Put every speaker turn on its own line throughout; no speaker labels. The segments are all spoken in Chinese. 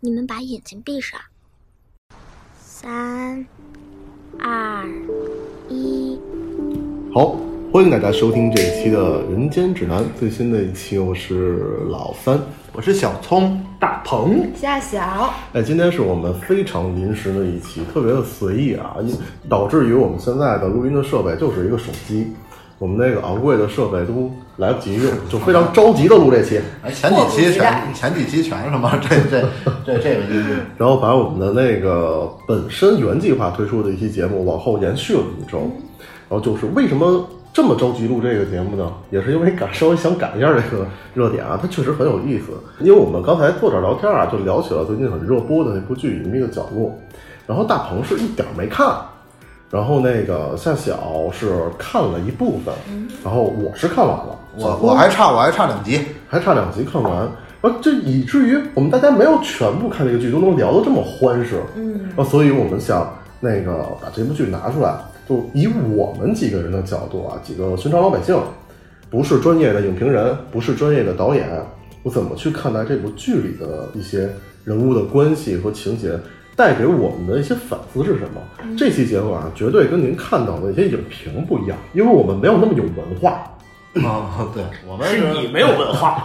你们把眼睛闭上。三、二、一。
好，欢迎大家收听这一期的《人间指南》，最新的一期我是老三，
我是小聪，
大鹏，
夏小。
哎，今天是我们非常临时的一期，特别的随意啊，因导致于我们现在的录音的设备就是一个手机，我们那个昂贵的设备都来不及用，就非常着急的录这期。
哎，前几期全前几期全是什么？ 这这这这个音乐，
然后把我们的那个本身原计划推出的一期节目往后延续了一周，然后就是为什么这么着急录这个节目呢？也是因为赶稍微想赶一下这个热点啊，它确实很有意思。因为我们刚才坐这儿聊天啊，就聊起了最近很热播的那部剧《隐秘的角落》，然后大鹏是一点儿没看，然后那个夏晓是看了一部分，然后我是看完了，
我我还差我还差两集，
还差两集看完，然后这以至于我们大家没有全部看这个剧都能聊得这么欢实，嗯，然后所以我们想那个把这部剧拿出来，就以我们几个人的角度啊，几个寻常老百姓，不是专业的影评人，不是专业的导演，我怎么去看待这部剧里的一些人物的关系和情节？带给我们的一些反思是什么？
嗯
这期节目啊，绝对跟您看到的一些影评不一样，因为我们没有那么有文化。
哦，对，我们
是你没有文化，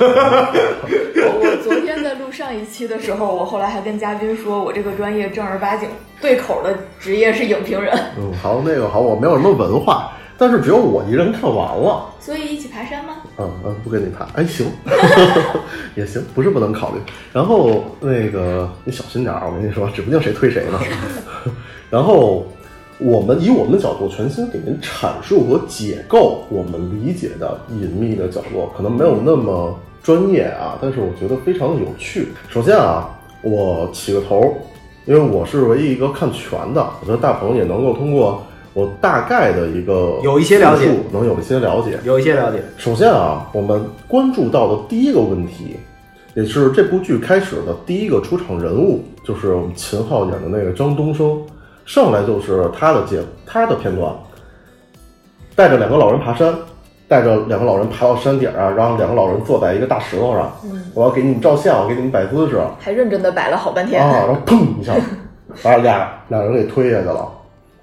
我我昨天在录上一期的时候，我后来还跟嘉宾说，我这个专业正儿八经对口的职业是影评人，
嗯，好，那个好，我没有什么文化，但是只有我一人看完了。
所以一起爬山吗？
嗯嗯，不跟你谈，哎，行， 也行，不是不能考虑。然后那个你小心点儿，我跟你说，指不定谁推谁呢。 然后我们以我们的角度，全心给您阐述和解构我们理解的隐秘的角落，可能没有那么专业啊，但是我觉得非常有趣。首先啊，我起个头，因为我是唯一一个看全的，我觉得大鹏也能够通过我大概的一个
有一些了解
叙述，能有一些了解。
有一些了解。
首先啊，我们关注到的第一个问题，也是这部剧开始的第一个出场人物，就是我们秦昊演的那个张东升，上来就是他的节他的片段，带着两个老人爬山，带着两个老人爬到山顶啊，然后两个老人坐在一个大石头上，
嗯
我要给你们照相，我给你们摆姿势啊，
还认真的摆了好半天。
然后砰一下，把俩俩人给推下去了。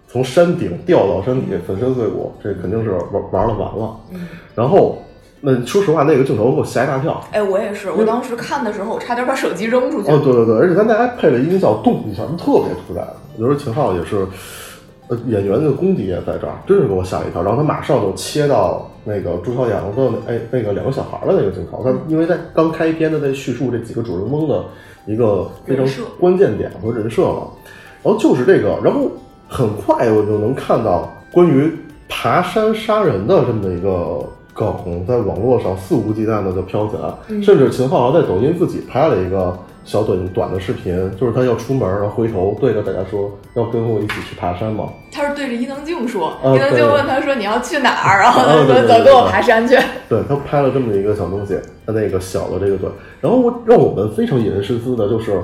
从山顶掉到山底，粉身碎骨，这肯定是玩玩了完了。然后，那说实话，那个镜头给我吓一大跳。
哎，我也是，我当时看的时候，我差点把手机扔出去。
哦，对对对，而且咱大家配了音效，动一下，特别突然。我觉得秦昊也是，呃，演员的功底也在这儿，真是给我吓一跳。然后他马上就切到那个朱朝阳的那哎那个两个小孩的那个镜头，他因为在刚开篇的在叙述这几个主人翁的一个非常
人设
关键点和人设嘛。然后就是这个，然后很快我就能看到关于爬山杀人的这么一个梗，在网络上肆无忌惮的就飘起来，甚至秦昊还在抖音自己拍了一个小短短的视频，就是他要出门，然后回头对着大家说要跟我一起去爬山吗？
他是对着伊能静说，
嗯
伊能静问他说你要去哪儿，然后他
嗯对
说
对
走，
对
跟我
对
爬山去。
对他拍了这么一个小东西，他那个小的这个短，然后我让我们非常引人深思的就是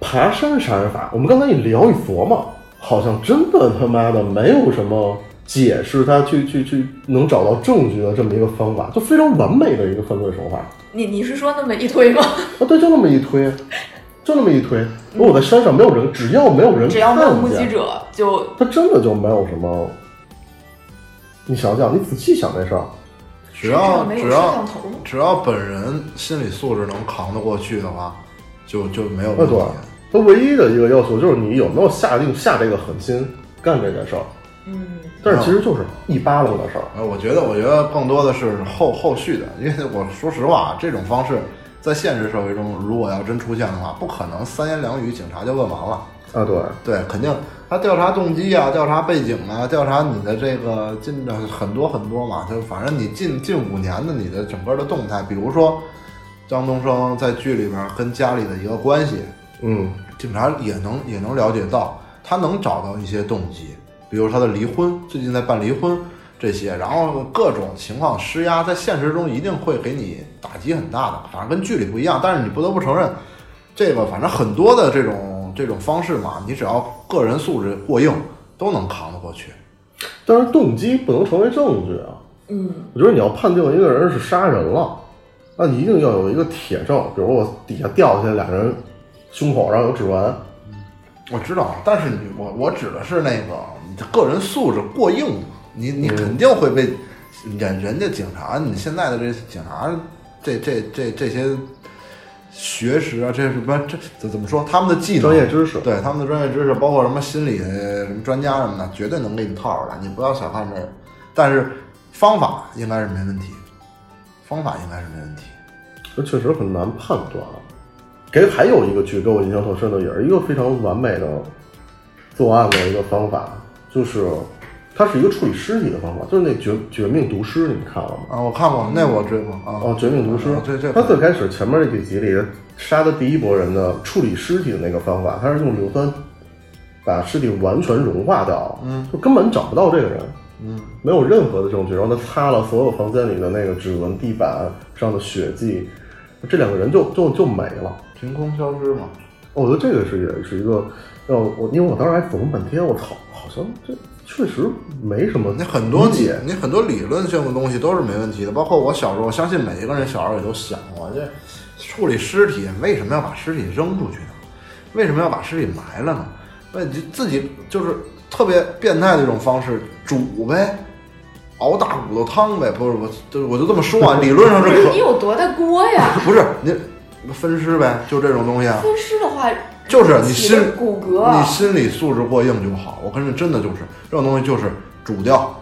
爬山杀人法。我们刚才一聊一琢磨，好像真的他妈的没有什么解释他去去去能找到证据的这么一个方法，就非常完美的一个犯罪手法
你你是说那么一推 吗？
啊！对，就那么一推，就那么一推。如果我在山上没有人，只要没有人看见，
嗯只要没有目击者，就
他真的就没有什么。你想想，你仔细想这事儿，
只要
身上没有
只
摄
要
像头吗？
只要本人心理素质能扛得过去的话，就就没有
那
问题
对。，他唯一的一个要求就是你有没有下定下这个狠心干这件事儿。
嗯，
但是其实就是一巴掌的事儿。
呃，我觉得，我觉得更多的是后后续的，因为我说实话，这种方式在现实社会中，如果要真出现的话，不可能三言两语警察就问完了。
啊，对，
对，肯定他调查动机啊，调查背景啊，调查你的这个进展很多很多嘛，就反正你近近五年的你的整个的动态，比如说张东升在剧里边跟家里的一个关系，
嗯，
警察也能也能了解到，他能找到一些动机，比如他的离婚，最近在办离婚这些，然后各种情况施压，在现实中一定会给你打击很大的，反正跟剧里不一样，但是你不得不承认，这个反正很多的这种这种方式嘛，你只要个人素质过硬，都能扛得过去。
但是动机不能成为证据啊。
嗯，
我觉得你要判定一个人是杀人了，那一定要有一个铁证，比如我底下掉下去俩人胸口上有指纹，
我知道，啊但是你我我指的是那个你的个人素质过硬，你你
嗯
肯定会被人人家警察，你现在的这警察这这这这些学识啊，这什么这怎怎么说他们的技能
专业知识
对他们的专业知识，包括什么心理什么专家什么的，绝对能给你套出来，你不要小看这个。但是方法应该是没问题，方法应该是没问题。
这确实很难判断啊。给还有一个剧给我印象特深的，也是一个非常完美的作案的一个方法，就是它是一个处理尸体的方法，就是那绝绝命毒师，你们看了吗？
啊，我看过，那我追过啊。
哦，绝命毒师
啊，这这
他最开始前面那几集里杀的第一波人的处理尸体的那个方法，他是用硫酸把尸体完全融化掉，嗯，就根本找不到这个人，嗯，没有任何的证据，然后他擦了所有房间里的那个指纹、地板上的血迹，这两个人就就就没了。
凭空消失嘛。
我觉得这个是也是一个让我，因为我当时还琢磨半天，我操，好像这确实没什么
你很多
理
理
解，，
你很多理论性的东西都是没问题的，包括我小时候，我相信每一个人小时候也都想过，这处理尸体为什么要把尸体扔出去呢？为什么要把尸体埋了呢？那你自己就是特别变态的一种方式，煮呗，熬大骨头汤呗，不是我，就是我就这么说啊，理论上是
不是嗯你
可
有多大锅呀？
不是你分尸呗，就这种东西啊，
分尸的话，
就是你
起了
心
骨
你
骼，
心理素质过硬就好。我跟你真的就是这种东西就是煮掉，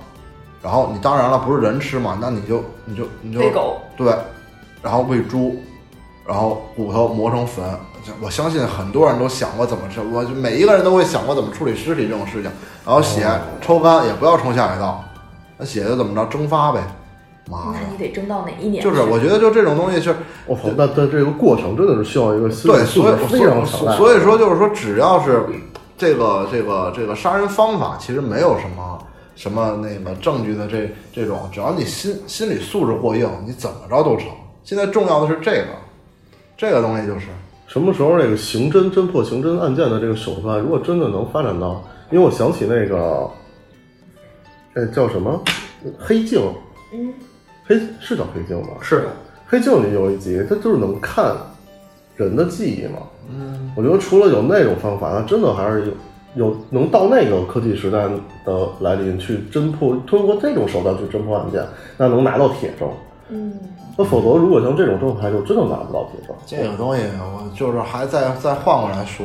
然后你当然了不是人吃嘛，那你就你就你就
喂狗
对，然后喂猪，然后骨头磨成粉。我相信很多人都想过怎么吃，我就每一个人都会想过怎么处理尸体这种事情。然后血、抽干也不要冲下水道，那血就怎么着蒸发呗。妈
那你
呀，
得蒸到哪一年？
就是我觉得就这种东西是。
我操，那但这个过程真的是需要一个心理
对，
素
所
质
以所
非
以
常强
所
大
以
的
所以说就是说，只要是这个这个这个杀人方法，其实没有什么什么那个证据的这这种，只要你心心理素质过硬，你怎么着都成。现在重要的是这个，这个东西就是
什么时候这个刑侦侦破刑侦案件的这个手段，如果真的能发展到，因为我想起那个，呃，叫什么《黑镜》，
嗯，
黑是叫黑镜吗？《
是
黑镜》里有一集，它就是能看人的记忆嘛。嗯，我觉得除了有那种方法，那真的还是有有能到那个科技时代的来临去侦破，通过这种手段去侦破案件，那能拿到铁证。
嗯，
那否则，如果像这种状态，就真的拿不到铁证。
这个东西，我就是还再再换过来说，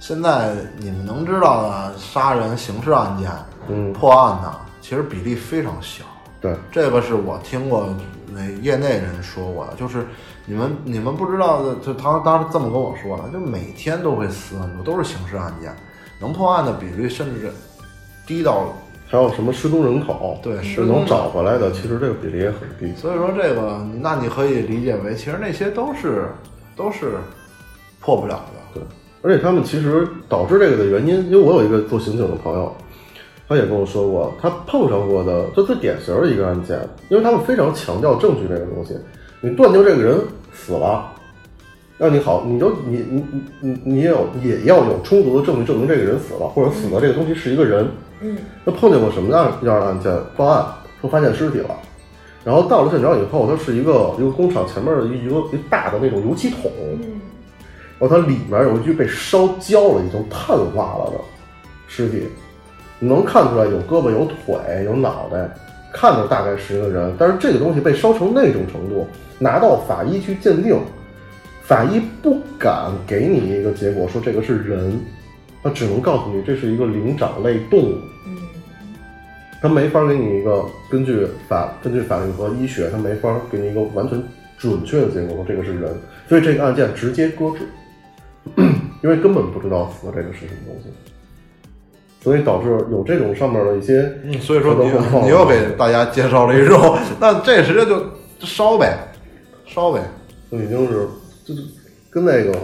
现在你们能知道的杀人刑事案件，
嗯
破案的其实比例非常小。
对，
这个是我听过那业内人说过的，就是你们你们不知道的，就他当时这么跟我说的，就每天都会死很多，都是刑事案件，能破案的比率甚至低到，
还有什么失踪人口，
对失
是
踪
能
的
找回来的，其实这个比例也很低。
所以说这个，那你可以理解为，其实那些都是都是破不了的。
而且他们其实导致这个的原因，因为我有一个做刑警的朋友，他也跟我说过，他碰上过的就最典型的一个案件，因为他们非常强调证据这个东西，你断定这个人死了，那你好，你就你你你你你也有也要有充足的证据证明这个人死了，或者死的这个东西是一个人。
嗯，
那碰见过什么样样的案件？报案说发现尸体了。然后到了现场以后，它是一个一个工厂前面的一个一大的那种油漆桶，
嗯
然后它里面有一具被烧焦了、已经碳化了的尸体，你能看出来有胳膊、有腿、有脑袋，看着大概是一个人，但是这个东西被烧成那种程度，拿到法医去鉴定，法医不敢给你一个结果说这个是人，他只能告诉你这是一个灵长类动物，
嗯，
他没法给你一个根据法根据法律和医学，他没法给你一个完全准确的结果，说这个是人，所以这个案件直接搁置， 因为根本不知道死的这个是什么东西，所以导致有这种上面的一些，
嗯，所以说
头头碰
你
碰
你又给大家介绍了一种， 那这直接就就烧呗，烧呗。
就已经是就是跟那个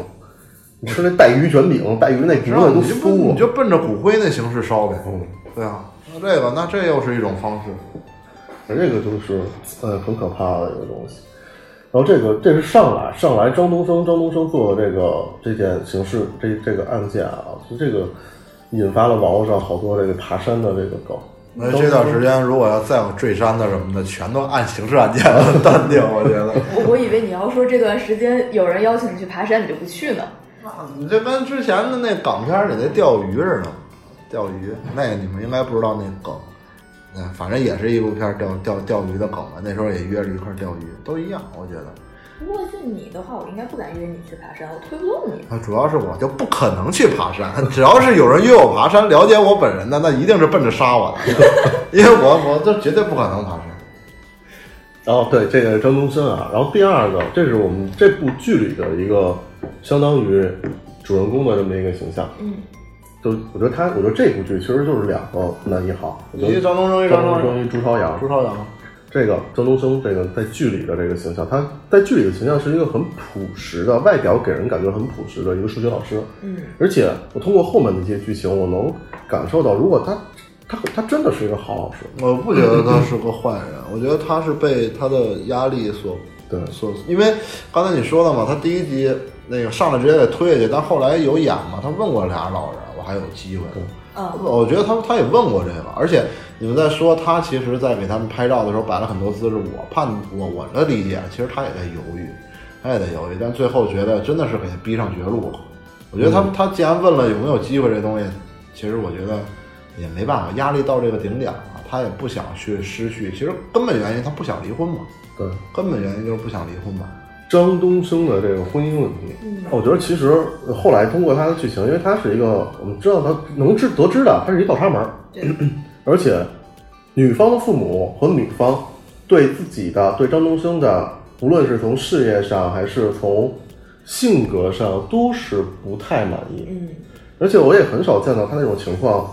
你吃那带鱼卷饼，带鱼那骨
只要
头都
你就奔
酥
你
了，
就奔着骨灰那形式烧呗。
嗯，
对啊，那这个那这又是一种方式。
而这个就是呃很可怕的一个东西。然后这个这是上来上来张东升张东升做的这个这件刑事这这个案件啊，就这个引发了网络上好多这个爬山的这个梗。
那这段时间如果要再有坠山的什么的，全都按刑事案件断定，我觉得。
我我以为你要说这段时间有人邀请你去爬山，你就不去呢。
那你这跟之前的那港片里那钓鱼似的，钓鱼那个你们应该不知道那梗，嗯，反正也是一部片儿钓钓钓鱼的梗吧。那时候也约着一块儿钓鱼，都一样，我觉得。
如果是你的话，我应该不敢约你去爬山，我推不动你。
啊，主要是我就不可能去爬山，只要是有人约我爬山，了解我本人的，那一定是奔着杀我的， 因为我我这绝对不可能爬山。
然后哦对，这个是张东升啊。然后第二个，这是我们这部剧里的一个相当于主人公的这么一个形象。
嗯，
就我觉得他，我觉得这部剧其实就是两个男一号，我
一
觉
个
得
张东升，一个
张
张
东
东
升与朱朝阳
朱。朝阳，
这个张东升这个在剧里的这个形象，他在剧里的形象是一个很朴实的，外表给人感觉很朴实的一个数学老师。
嗯，
而且我通过后面的一些剧情，我能感受到，如果他他他真的是一个好老师，
我不觉得他是个坏人，我觉得他是被他的压力所
对
所，因为刚才你说了嘛，他第一集那个上来直接给推下去，但后来有演嘛，他问过俩老人，我还有机会。
嗯，
我觉得他他也问过这个，而且你们在说他其实，在给他们拍照的时候摆了很多姿势，我判我我的理解，其实他也在犹豫，他也在犹豫，但最后觉得真的是给他逼上绝路了。我觉得他、他既然问了有没有机会这东西，其实我觉得也没办法，压力到这个顶点了，他也不想去失去。其实根本原因他不想离婚嘛，
对
根本原因就是不想离婚嘛。
张东升的这个婚姻问题，我觉得其实后来通过他的剧情，因为他是一个我们知道他能知得知的，他是一倒插门儿，
对，
而且女方的父母和女方呃对自己的对张东升的，无论是从事业上还是从性格上，都是不太满意。
嗯，
而且我也很少见到他那种情况，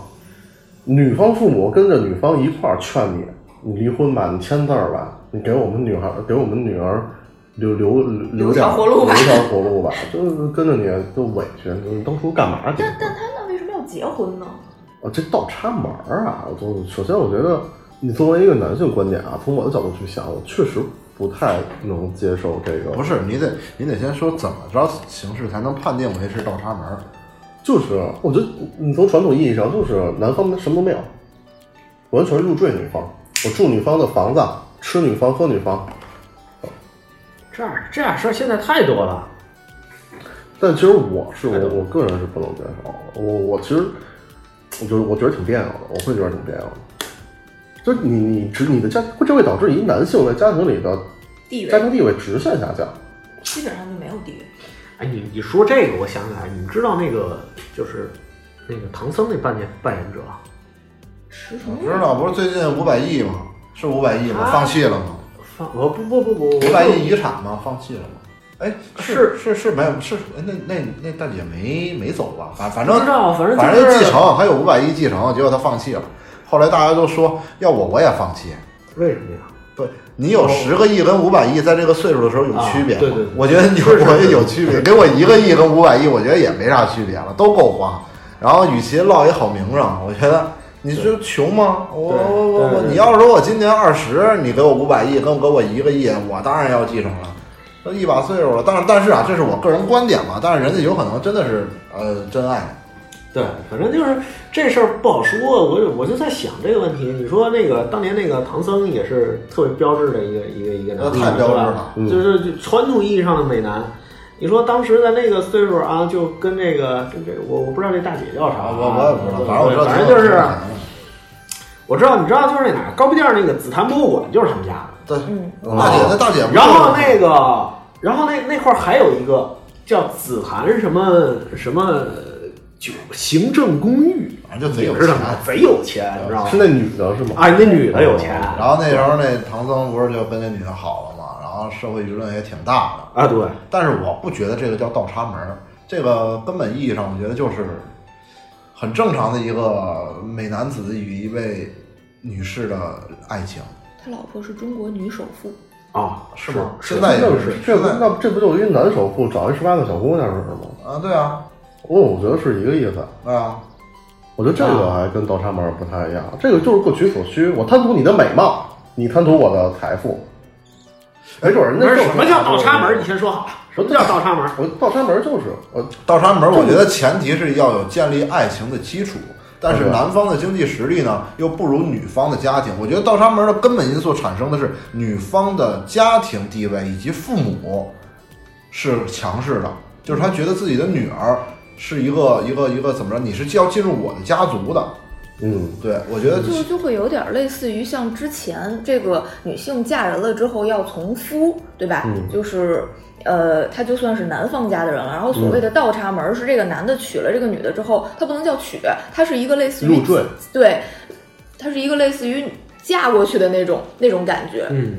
女方父母跟着女方一块儿劝你，你离婚吧，你签字儿吧，你给我们女孩，给我们女儿留留留
留
点
条活路吧
留条活路吧，就是跟着你就委屈，你当初干嘛去？
但但他那为什么要结婚呢？
啊，这倒插门儿啊！我就首先我觉得，你作为一个男性观点啊，从我的角度去想，我确实不太能接受这个，
不是你得你得先说怎么着形式才能判定为是倒插门儿。
就是我觉得你从传统意义上，就是男方什么都没有，完全入赘女方，我住女方的房子，啊吃女方，喝女方。
这样这样事儿现在太多了。
但其实我是我我个人是不能接受的，我我其实我觉得我觉得挺别扭的，我会觉得挺别扭的。就你你只你的家会这会导致一男性在家庭里的
地
家
位
庭地位直线下降。
基本上就没有地位。
哎，你你说这个，我想起来，你们知道那个就是那个唐僧那扮演扮演者，
石
我
崇
知道，不是最近五百亿吗？是五百亿吗？
啊
放弃了吗？
放我哦不不不不，
五百亿
我
遗产吗？放弃了吗？哎，是是是没有是哎那那那大姐没没走吧？反反
不
正
知道，反正
反
就
正
是
继承还有五百亿继承，结果她放弃了。后来大家都说，要我我也放弃。
为什么呀？
不，你有十个亿跟五百亿，在这个岁数的时候有区别吗？
啊对对对
我觉得你
是是
我
是
有区别。给我一个亿跟五百亿，我觉得也没啥区别了，都够花。然后与其落一好名声，我觉得你就穷吗？我
对
我我
对
我，
对
你要是说我今年二十，你给我五百亿，跟我给我一个亿，我当然要继承了。都一把岁数了，但是但是啊，这是我个人观点嘛。但是人家有可能真的是呃真爱，
对，反正就是这事儿不好说。我就我就在想这个问题。你说那个当年那个唐僧也是特别标志的一个一个一个
那
男，
太标志了。
嗯
就是就传统意义上的美男。你说当时在那个岁数啊，就跟这个跟这个我我不知道这大姐叫啥
啊
啊，
我我也不知道，
对
反正我知道，
反正就是我知道，你知道就是那哪儿高碑店那个紫檀博物馆就是他们家
对
的。
嗯，
大姐，那大姐不
然后
就是
那个，然后那那块儿还有一个叫紫檀什么什么酒行政公寓，
反正就贼
也
有
是
钱啊
他。们贼有钱，你知道吗
是？那女的是吗？
哎，那女的有钱
哦然后那时候那唐僧不是就跟那女的好了嘛，然后社会舆论也挺大的，
啊，对，
但是我不觉得这个叫倒插门儿，这个根本意义上我觉得就是很正常的一个美男子与一位女士的爱情，
他老婆是中国女首富。
啊，
是吗？
是
现在也
就是这
现
不
在
那这不就是一男首富找一十八岁小姑娘似的吗？
啊，对啊，
哦，我觉得是一个意思。
对啊，
我觉得这个还跟倒插门不太一样，这个就是各取所需。我贪图你的美貌，你贪图我的财富。没准儿人
不
家
是
就是
什么叫倒插门儿？你先说好，什么叫倒插门儿？
我倒插门就是呃，
倒插门儿，我觉得前提是要有建立爱情的基础，但是
对
男方的经济实力呢又不如女方的家庭。我觉得倒插门儿的根本因素产生的是女方的家庭地位以及父母是强势的，就是他觉得自己的女儿是一个一个一个怎么着，你是要进入我的家族的。
嗯，
对，我觉得
就就会有点类似于像之前这个女性嫁人了之后要从夫，对吧？
嗯
就是呃，她就算是男方家的人了。然后所
嗯
谓的倒插门儿是这个男的娶了这个女的之后，他不能叫娶，他是一个类似于
入赘，
对，他是一个类似于嫁过去的那种那种感觉。
嗯，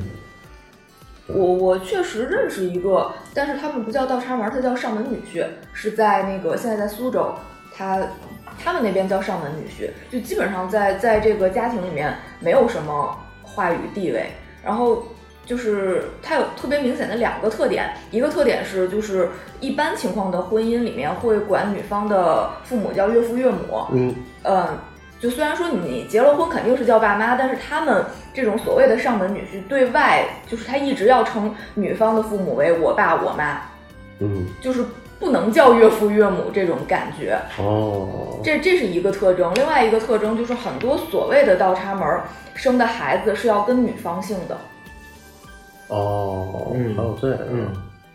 我我确实认识一个，但是他们不叫倒插门儿，他叫上门女婿，是在那个现在在苏州，他他们那边叫上门女婿，就基本上在在这个家庭里面没有什么话语地位，然后。就是他有特别明显的两个特点，一个特点是，就是一般情况的婚姻里面会管女方的父母叫岳父岳母，
嗯，
嗯，就虽然说你结了婚肯定是叫爸妈，但是他们这种所谓的上门女婿，对外就是他一直要称女方的父母为我爸我妈，
嗯，
就是不能叫岳父岳母这种感觉。
哦，
这这是一个特征，另外一个特征就是很多所谓的倒插门儿生的孩子是要跟女方姓的。
哦，
嗯
还有这个，
嗯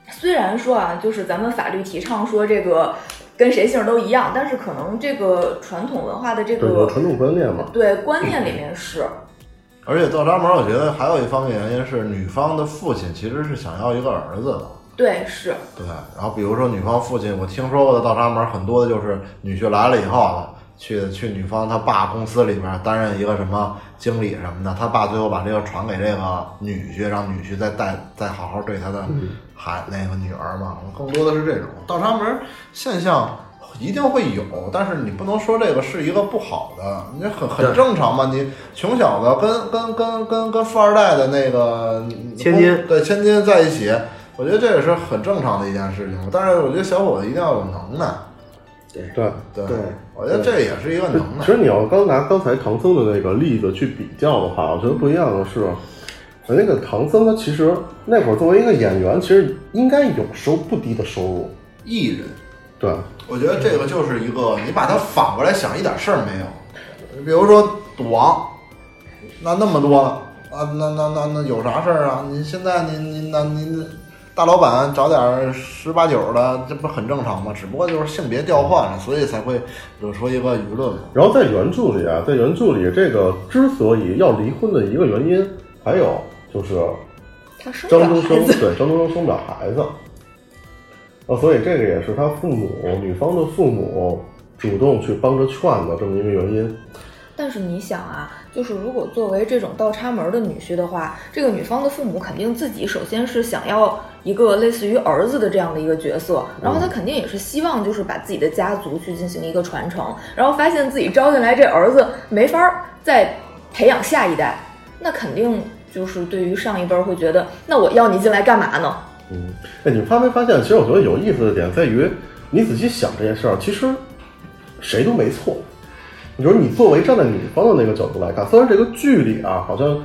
虽然说啊，就是咱们法律提倡说这个跟谁姓都一样，但是可能这个传统文化的这
对，有
个
传统观念嘛，
对观念里面是，
而且倒插门，我觉得还有一方面原因是女方的父亲其实是想要一个儿子的。
对是，
对，然后比如说女方父亲，我听说过的倒插门很多的就是女婿来了以后啊，去去女方他爸公司里边担任一个什么经理什么的，他爸最后把这个传给这个女婿，让女婿再带再好好对他的
嗯
孩、那个女儿嘛。更多的是这种倒插门现象。一定会有，但是你不能说这个是一个不好的，你很很
对
正常嘛。你穷小子跟跟跟跟跟富二代的那个
千金
对千金在一起，我觉得这也是很正常的一件事情。但是我觉得小伙子一定要有能耐，
对。
对，
对
我觉得这也是一个能耐
其。实你要刚拿刚才唐僧的那个例子去比较的话，我觉得不一样的是，呃那个唐僧他其实那会儿作为一个演员，其实应该有收不低的收入，
艺人，
对，
我觉得这个就是一个，你把它反过来想，一点事儿没有。比如说赌王，那那么多啊，那那那那有啥事儿啊？你现在你你那您大老板找点十八九的，这不很正常吗？只不过就是性别调换了，所以才会惹出一个舆论嘛。
然后在原著里啊，在原著里，这个之所以要离婚的一个原因，还有就是
他生不
张
了
东
孩
升
子。
对张东升生不了孩子，啊，所以这个也是他父母女方的父母主动去帮着劝的这么一个原因。
但是你想啊，就是如果作为这种倒插门的女婿的话，这个女方的父母肯定自己首先是想要一个类似于儿子的这样的一个角色，然
嗯
后他肯定也是希望就是把自己的家族去进行一个传承，然后发现自己招进来这儿子没法儿再培养下一代，那肯定就是对于上一辈儿会觉得，那我要你进来干嘛呢？
嗯，哎，你发没发现？其实我觉得有意思的点在于，你仔细想这件事儿，其实谁都没错。你说你作为站在女方的那个角度来看，虽然这个剧里啊，好像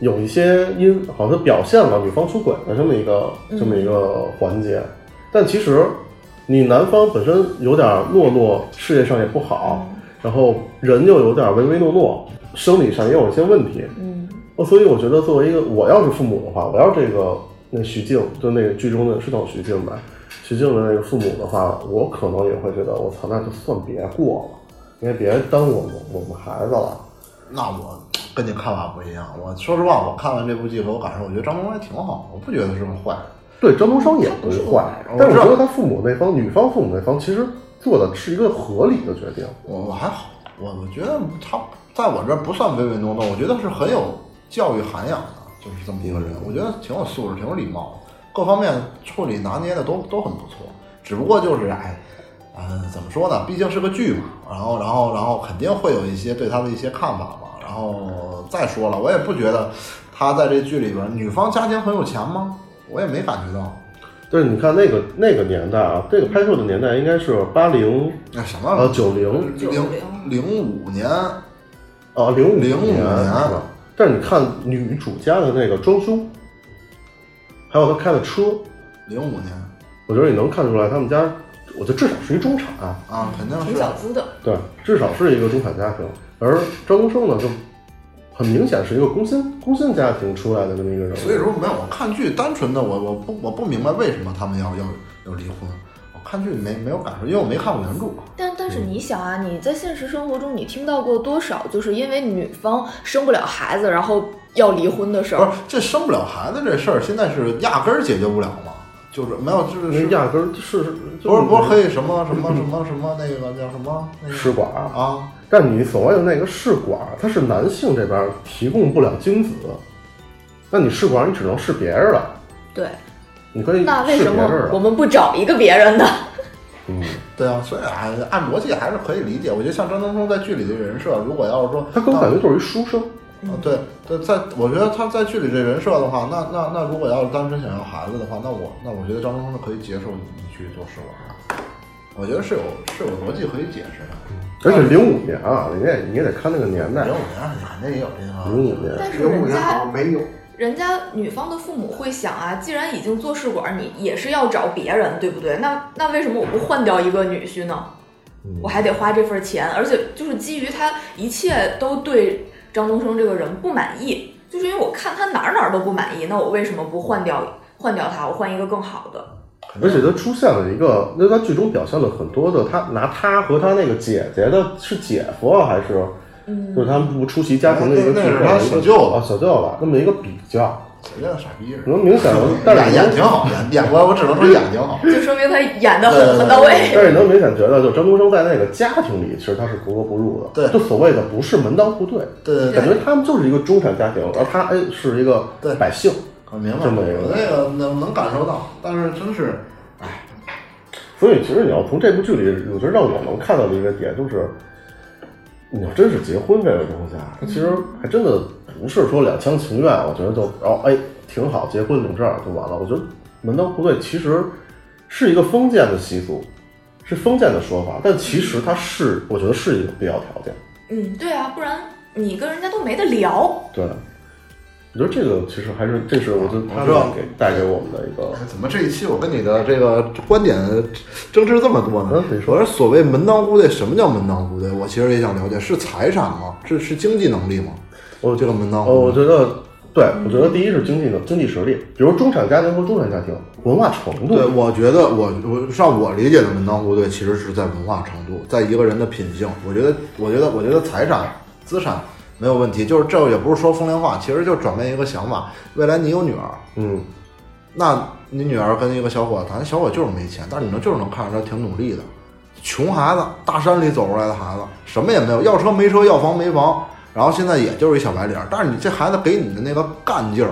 有一些因，好像表现了女方出轨的这么一个这么一个环节，但其实你男方本身有点落落，事业上也不
哦
好，
嗯
然后人又有点唯唯诺诺，生理上也有一些问题，
嗯，
哦，所以我觉得作为一个我要是父母的话，我要是这个那徐静，就那个剧中的是叫徐静吧，徐静的那个父母的话，我可能也会觉得，我操，那就算别过了，因为别耽误我们我们孩子了。
那我跟你看法不一样。我说实话，我看完这部剧和我感受，我觉得张东来挺好，我不觉得是个坏人。
对，张东升也不是坏，但是我
我知
觉
道
得他父母那方，女方父母那方其实做的是一个合理的决定。
我我还好，我我觉得他在我这儿不算唯唯诺诺，我觉得是很有教育涵养的，就是这么一个人。我觉得挺有素质，挺有礼貌，各方面处理拿捏的都都很不错。只不过就是哎，嗯、怎么说呢？毕竟是个剧嘛，然后然后然后肯定会有一些对他的一些看法嘛。然后再说了，我也不觉得他在这剧里边，女方家庭很有钱吗？我也没感觉到。
对，你看那个那个年代啊，这个拍摄的年代应该是八零
那哎什
呃
么
九零
零零五年，
啊，零五
05
年
年
是吧？但是你看女主家的那个装修，还有她开的车，
零五年
我觉得你能看出来他们家，我觉得至少是一中产，
啊，肯定
挺
是
小资的，
对，至少是一个中产家庭。而张东升呢，就很明显是一个工薪工薪家庭出来的这么一个人。
所以，说没有，我看剧单纯的我我不我不明白为什么他们要要要离婚。我看剧没没有感受，因为我没看过原著。
但但
嗯
是你想啊，你在现实生活中你听到过多少就是因为女方生不了孩子，然后要离婚的事
不
儿
是？这生不了孩子这事儿，现在是压根儿解决不了嘛？就是没有，就
那
是
压根儿是是
不是不是可
以
以什么什么什么什么那个叫什么那
试
个
管儿？
啊？
但你所谓的那个试管儿，它是男性这边儿提供不了精子，那你试管儿你只能试别人了，
对，
你可以
那为
试别
什
人
啊
么我
了。
们不找一个别人呢？
呃
嗯，
对啊，所以还按逻辑还是可以理解。我觉得像张东升在剧里的人设，如果要是说
他给我感觉就是一书生。
啊，对对，在我觉得他在剧里这人设的话，那那那如果要是单纯想要孩子的话，那我那我觉得张东升是可以接受你去做试管的，我觉得是有是有逻辑可以解释的。
而且零五年啊，你也你也得看那个年代
零，五年肯定也有这个，
零五年
但是
零五
人
年好
家
像没有，
人家女方的父母会想啊，既然已经做试管，你也是要找别人，对不对？那那为什么我不换掉一个女婿呢？我还得花这份钱，而且就是基于他一切都对张东升这个人不满意，就是因为我看他哪儿哪儿都不满意，那我为什么不换掉换掉他？我换一个更好的？
而且他出现了一个，那他剧中表现了很多的，他拿他和他那个姐姐的是姐夫啊还是，
嗯
就是他们不出席家庭的一个聚
那
会，
那是他小舅子
啊小舅子那么一个比较，
谁叫傻逼似的
能明 显地，嗯但是
演演挺好，演演我我只能说演挺好。
就说明他演的很很到位。
但是你能明显觉得，就张东升在那个家庭里，其实他是格格不入的，
对
就所谓的不是门当户 对，
对对对
感觉他们就是一个中产家庭，而他哎是一个
对
百姓，
我明白，
这么一个
我那个能能感受到，但是真是
所以其实你要从这部剧里，我觉得让我能看到的一个点就是，你要真是结婚这个东西啊，它其实还真的不是说两厢情愿，我觉得就然后哎挺好，结婚领证就嗯完了。我觉得门当户对其实是一个封建的习俗，是封建的说法，但其实它是我觉得是一个必要条件。
嗯，对啊，不然你跟人家都没得聊。
对，我觉得这个其实还是这是我觉得他
知道
们给带给我们的一个，
怎么这一期我跟你的这个观点争执这么多呢
嗯你？说
我说所谓门当户对，什么叫门当户对？我其实也想了解，是财产吗？这是经济能力吗？
我
这个门当
哦，
户
我
对，
觉得。对，我觉得第一是经济的经济实力，比如中产家庭和中产家庭，文化程度，
对，我觉得我我上我理解的门当户对，其实是在文化程度，在一个人的品性。我觉得，我觉得，我觉得财产资产没有问题，就是这也不是说风凉话，其实就转变一个想法，未来你有女儿，
嗯，
那你女儿跟一个小伙子谈，小伙就是没钱，但是你能就是能看出来挺努力的，穷孩子，大山里走出来的孩子，什么也没有，要车没车，要房没房，然后现在也就是一小白脸儿，但是你这孩子给你的那个干劲儿，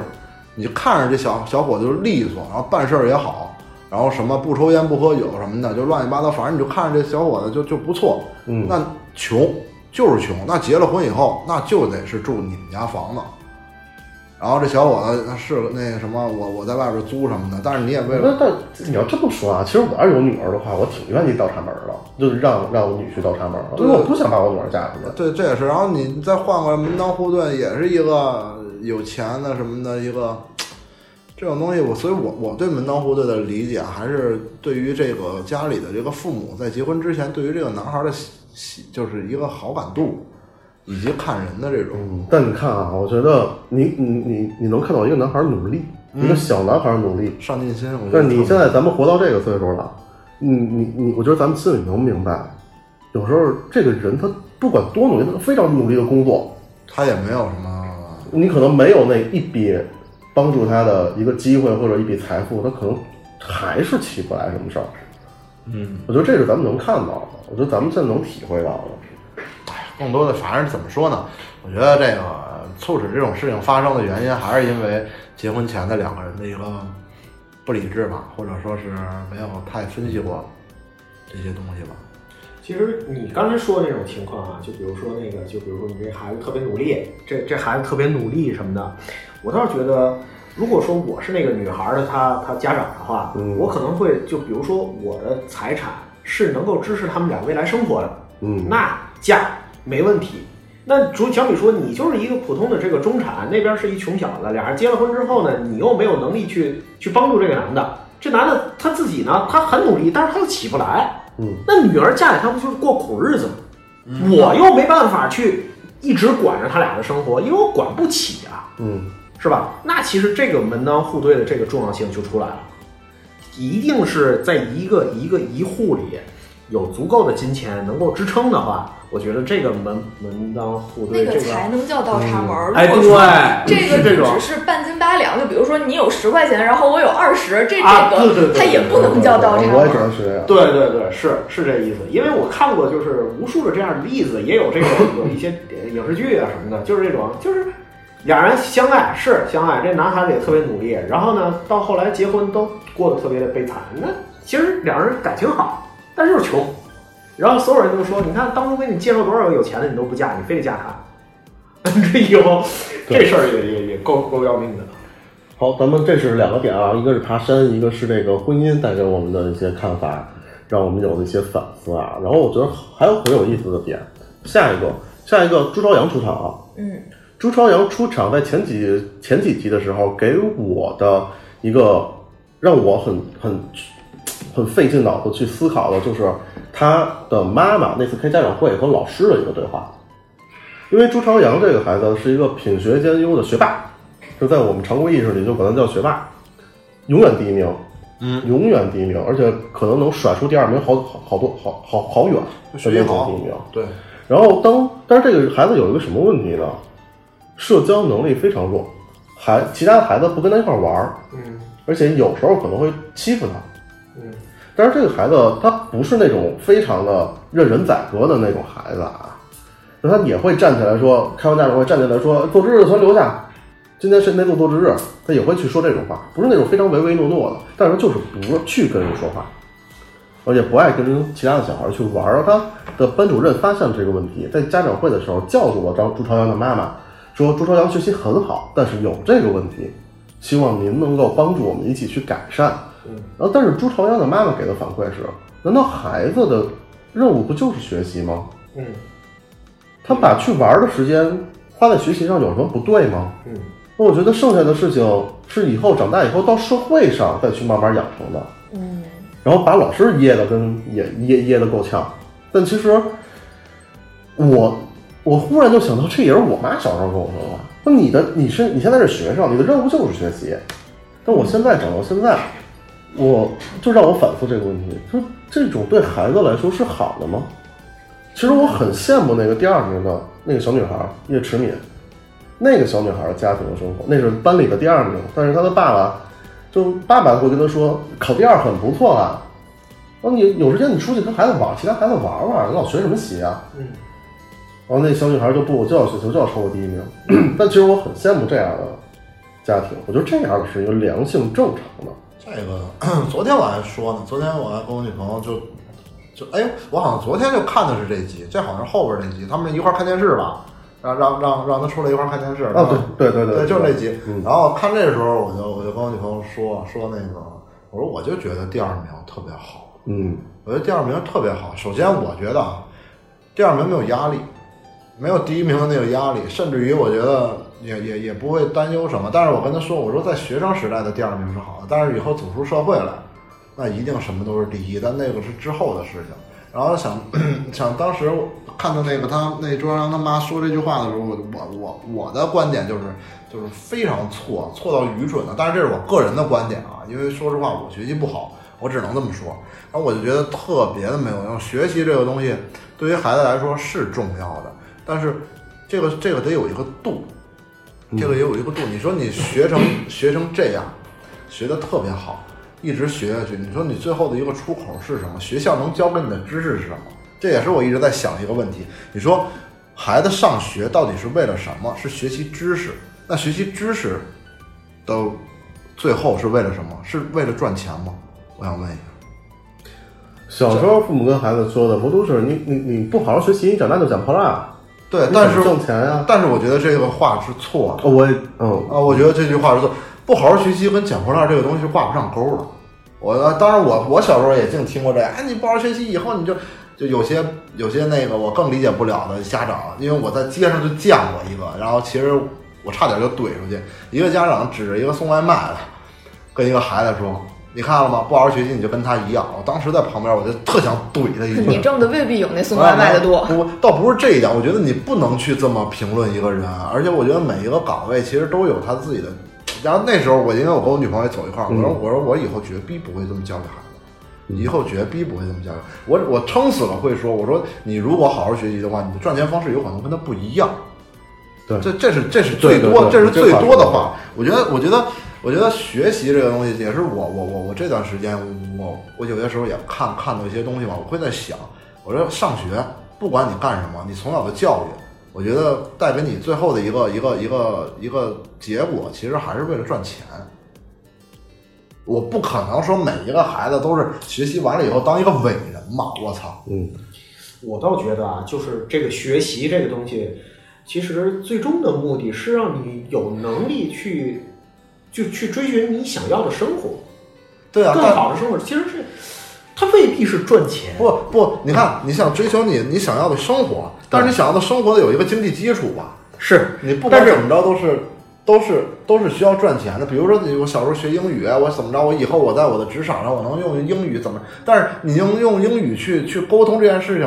你就看着这小小伙子就利索，然后办事儿也好，然后什么不抽烟不喝酒什么的，就乱七八糟，反正你就看着这小伙子就就不错，
嗯
那穷就是穷，那结了婚以后，那就得是住你们家房子。然后这小伙子他是那个什么，我我在外边租什么的，但是你也为
那
了
但你要这么说啊，其实我要是有女儿的话，我挺愿意倒插门儿的，就是让让我女婿倒插门儿的，因为我不想把我女儿嫁出去。
对，这也是。然后你再换过来门当户对，也是一个有钱的什么的一个这种东西。我所以我，我对门当户对的理解，还是对于这个家里的这个父母在结婚之前，对于这个男孩的喜喜，就是一个好感度，以及看人的这种。
嗯，但你看啊，我觉得你你你你能看到一个男孩儿努力，一
嗯
个小男孩儿努力。
上进心，我觉得
那你
特
现
别
在咱们活到这个岁数了，你你你，我觉得咱们心里能明白，有时候这个人他不管多努力，他非常努力的工作，
他也没有什么，
你可能没有那一笔帮助他的一个机会或者一笔财富，他可能还是起不来什么事儿。嗯，我觉得这是咱们能看到的，我觉得咱们现在能体会到的。
更多的反正怎么说呢？我觉得这个呃促使这种事情发生的原因，还是因为结婚前的两个人的一个不理智吧，或者说是没有太分析过这些东西吧。
其实你刚才说这种情况啊，就比如说那个，就比如说你这孩子特别努力，这这孩子特别努力什么的，我倒是觉得，如果说我是那个女孩的她她家长的话，
嗯
我可能会就比如说我的财产是能够支持他们俩未来生活的，
嗯，
那嫁没问题。那主小米说，你就是一个普通的这个中产，那边是一穷小子，俩人结了婚之后呢，你又没有能力去去帮助这个男的，这男的他自己呢，他很努力，但是他又起不来，
嗯，
那女儿嫁给他不就是过苦日子吗？我又没办法去一直管着他俩的生活，因为我管不起啊，
嗯，
是吧？那其实这个门当户对的这个重要性就出来了。一定是在一个一个一户里有足够的金钱能够支撑的话，我觉得这个门门当户
那
对这
个
个
才能叫倒插门儿。
哎，
如果说
对，
这个
是
就
这种
只是半斤八两，就比如说你有十块钱，然后我有二十，这这
啊对对
个
对
它也不能叫倒插门
我也觉
儿。
得是这样。
对对对，是是这意思。因为我看过就是无数的这样的例子，也有这种有一些影视剧啊什么的，就是这种就是俩人相爱是相爱，这男孩子也特别努力，然后呢到后来结婚都过得特别的悲惨。那其实两人感情好，但是就是穷。然后所有人都说，你看当初给你介绍多少个有钱的，你都不嫁，你非得嫁他。 这以后这事儿也也也够够要命的。
好，咱们这是两个点啊，一个是爬山，一个是这个婚姻带给我们的一些看法，让我们有了一些反思啊。然后我觉得还有很有意思的点，下一个，下一个朱朝阳出场啊。
嗯，
朱朝阳出场在前几前几集的时候，给我的一个让我很很很费尽脑子去思考的，就是他的妈妈那次开家长会和老师的一个对话。因为朱朝阳这个孩子是一个品学兼优的学霸，就在我们常规意识里就管他叫学霸，永远第一名，
嗯，
永远第一名，而且可能能甩出第二名好好好多好好好远，
学
也
习
总
好
第一名。
对，
然后当但是这个孩子有一个什么问题呢？社交能力非常弱，孩其他的孩子不跟他一块玩儿，
嗯
而且有时候可能会欺负他。
嗯
但是这个孩子他不是那种非常的任人宰割的那种孩子啊，那他也会站起来说，开完家长会站起来说，做值日的全留下，今天谁没做做值日，他也会去说这种话，不是那种非常唯唯诺诺的，但是就是不去跟人说话，而且不爱跟其他的小孩去玩儿。他的班主任发现了这个问题，在家长会的时候叫住了张朱朝阳的妈妈，说朱朝阳学习很好，但是有这个问题，希望您能够帮助我们一起去改善。
嗯
然后，但是朱朝阳的妈妈给的反馈是：难道孩子的任务不就是学习吗？
嗯
他把去玩的时间花在学习上有什么不对吗？
嗯
那我觉得剩下的事情是以后长大以后到社会上再去慢慢养成的。
嗯，
然后把老师噎得跟也噎噎得够呛。但其实我我忽然就想到，这也是我妈小时候跟我说的话。那你的你是你现在是学生，你的任务就是学习。但我现在长到现在，我就让我反思这个问题：，说这种对孩子来说是好的吗？其实我很羡慕那个第二名的那个小女孩叶迟敏，那个小女孩家庭的生活，那是班里的第二名，但是她的爸爸就爸爸会跟他说，考第二很不错啦。然后你有时间你出去跟孩子玩，其他孩子玩玩，你老学什么习啊？
嗯
然后那小女孩就不，我就要学习，我就要超过第一名。 但其实我很羡慕这样的家庭，我觉得这样的是一个良性正常的。
这个 昨天我还说呢，昨天我还跟我女朋友就就哎，我好像昨天就看的是这集，这好像是后边儿这集，他们一块儿看电视吧，让让让让他出来一块儿看电视
啊，对对对
对，就是这集。
嗯
然后看这时候，我就我就跟我女朋友说说那个，我说我就觉得第二名特别好，
嗯
我觉得第二名特别好。首先，我觉得啊，第二名没有压力，没有第一名的那个压力，甚至于我觉得也也也不会担忧什么。但是我跟她说，我说在学生时代的第二名是好的，但是以后走出社会来，那一定什么都是第一，但那个是之后的事情。然后想 想当时看到那个他那周阳他妈说这句话的时候，我我我我的观点就是就是非常错，错到愚蠢的。但是这是我个人的观点啊，因为说实话我学习不好，我只能这么说。然后我就觉得特别的没有用。学习这个东西对于孩子来说是重要的，但是这个这个得有一个度，这个也有一个度。你说你学成学成这样，学的特别好，一直学下去，你说你最后的一个出口是什么？学校能教给你的知识是什么？这也是我一直在想一个问题。你说孩子上学到底是为了什么？是学习知识。那学习知识的最后是为了什么？是为了赚钱吗？我想问一下。
小时候父母跟孩子说的不都是你你你不好好学习，你长大就捡破烂，
对
你，
但
怎么
是
挣钱呀、
但是我觉得这个话是错
哦我也嗯
的啊，我觉得这句话是错，不好好学习跟捡破烂这个东西挂不上钩的。我呃当然我我小时候也净听过这，哎，你不好好学习，以后你就就有些有些那个我更理解不了的家长，因为我在街上就见过一个，然后其实我差点就怼出去，一个家长指着一个送外卖的，跟一个孩子说。你看了吗？不好好学习你就跟他一样。我当时在旁边，我就特想怼他一句。
你挣的未必有那送外卖的多。
不，倒不是这一点，我觉啊得你不能去这么评论一个人，而且我觉得每一个岗位其实都有他自己的然后那时候我因为我跟我女朋友也走一块儿，我说
嗯
我说我以后绝逼不会这么教育孩子，以后绝逼不会这么教育。我我撑死了会说，我说你如果好好学习的话，你的赚钱方式有可能跟他不一样。
对
这这是这是最
对对
多，
对
这是
这
最
话
多
说
的
得
话。我觉得我觉得我觉得学习这个东西也是我我我我这段时间我我有些时候也看看到一些东西嘛，我会在想，我说上学不管你干什么，你从小的教育，我觉得带给你最后的一个一个一个一个结果，其实还是为了赚钱。我不可能说每一个孩子都是学习完了以后当一个伟人嘛！我操，
嗯，
我倒觉得啊，就是这个学习这个东西，其实最终的目的是让你有能力去，就去追寻你想要的生活，
对啊，
更
但
好的生活。其实是它未必是赚钱，
不不，你看，你想追求你你想要的生活，但是你想要的生活得有一个经济基础吧？
是
你不管
但是
怎么着都是都是都是需要赚钱的。比如说，你我小时候学英语，啊我怎么着，我以后我在我的职场上我能用英语怎么？但是你用用英语去去沟通这件事情，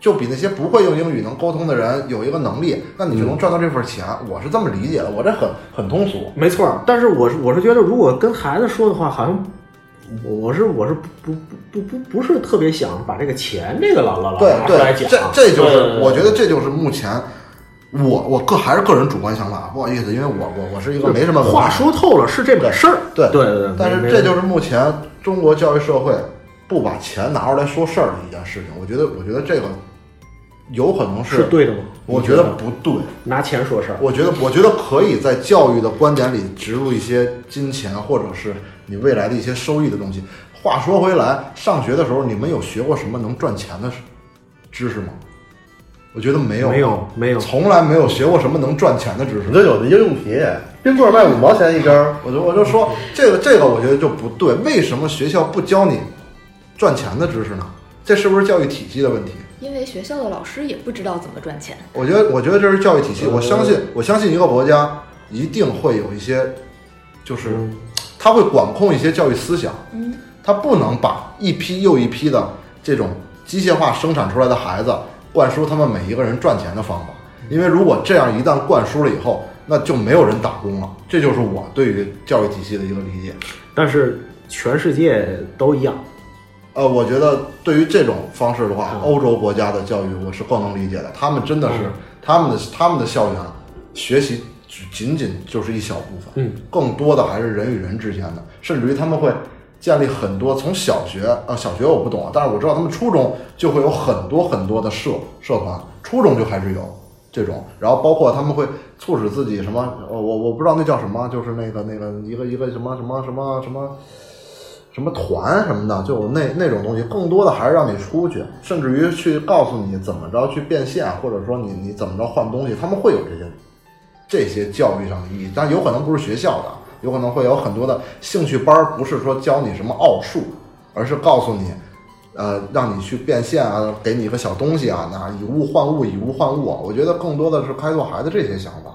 就比那些不会用英语能沟通的人有一个能力，那
嗯
你就能赚到这份钱。我是这么理解的，我这很很通俗。
没错儿，但是我是我是觉得，如果跟孩子说的话，好像我我是我是不不不不不是特别想把这个钱这个老老老
对
啊拿出来
对，
讲
这，这就
对
是我觉得这就是目前我我个还是个人主观想法，不好意思，因为我我我是一个没什么文化
话说透了是这本事儿，
对
对对对，
但
没
是这
没
就是目前中国教育社会不把钱拿出来说事儿的一件事情。我觉得，我觉得这个有可能
是对的吗？
我
你
觉得不对。
拿钱说事儿，
我觉得，我觉得可以在教育的观点里植入一些金钱，或者是你未来的一些收益的东西。话说回来，上学的时候你们有学过什么能赚钱的知识吗？我觉得没有，
没有啊没有
从来没有学过什么能赚钱的知识
你。就有的应用题，冰棍儿卖五毛钱一根儿，
我就我就说这个这个，我觉得就不对。为什么学校不教你赚钱的知识呢？这是不是教育体系的问题？
因为学校的老师也不知道怎么赚钱。
我觉得，我觉得这是教育体系。我相信，我相信一个国家一定会有一些，就是他会管控一些教育思想。嗯，他不能把一批又一批的这种机械化生产出来的孩子灌输他们每一个人赚钱的方法，因为如果这样一旦灌输了以后，那就没有人打工了。这就是我对于教育体系的一个理解。
但是全世界都一样，
呃，我觉得对于这种方式的话
嗯，
欧洲国家的教育我是更能理解的。他们真的是
嗯
他们的他们的校园学习只仅仅就是一小部分，
嗯，
更多的还是人与人之间的，甚至于他们会建立很多从小学啊、呃小学我不懂啊，但是我知道他们初中就会有很多很多的社社团，初中就开始有这种，然后包括他们会促使自己什么，呃我我不知道那叫什么，就是那个那个一个一个什么什么什么什么什么团什么的，就那那种东西，更多的还是让你出去，甚至于去告诉你怎么着去变现，或者说你你怎么着换东西，他们会有这些这些教育上的意义，但有可能不是学校的，有可能会有很多的兴趣班儿，不是说教你什么奥数，而是告诉你，呃，让你去变现啊，给你一个小东西啊，那以物换物，以物换物啊，我觉得更多的是开拓孩子这些想法。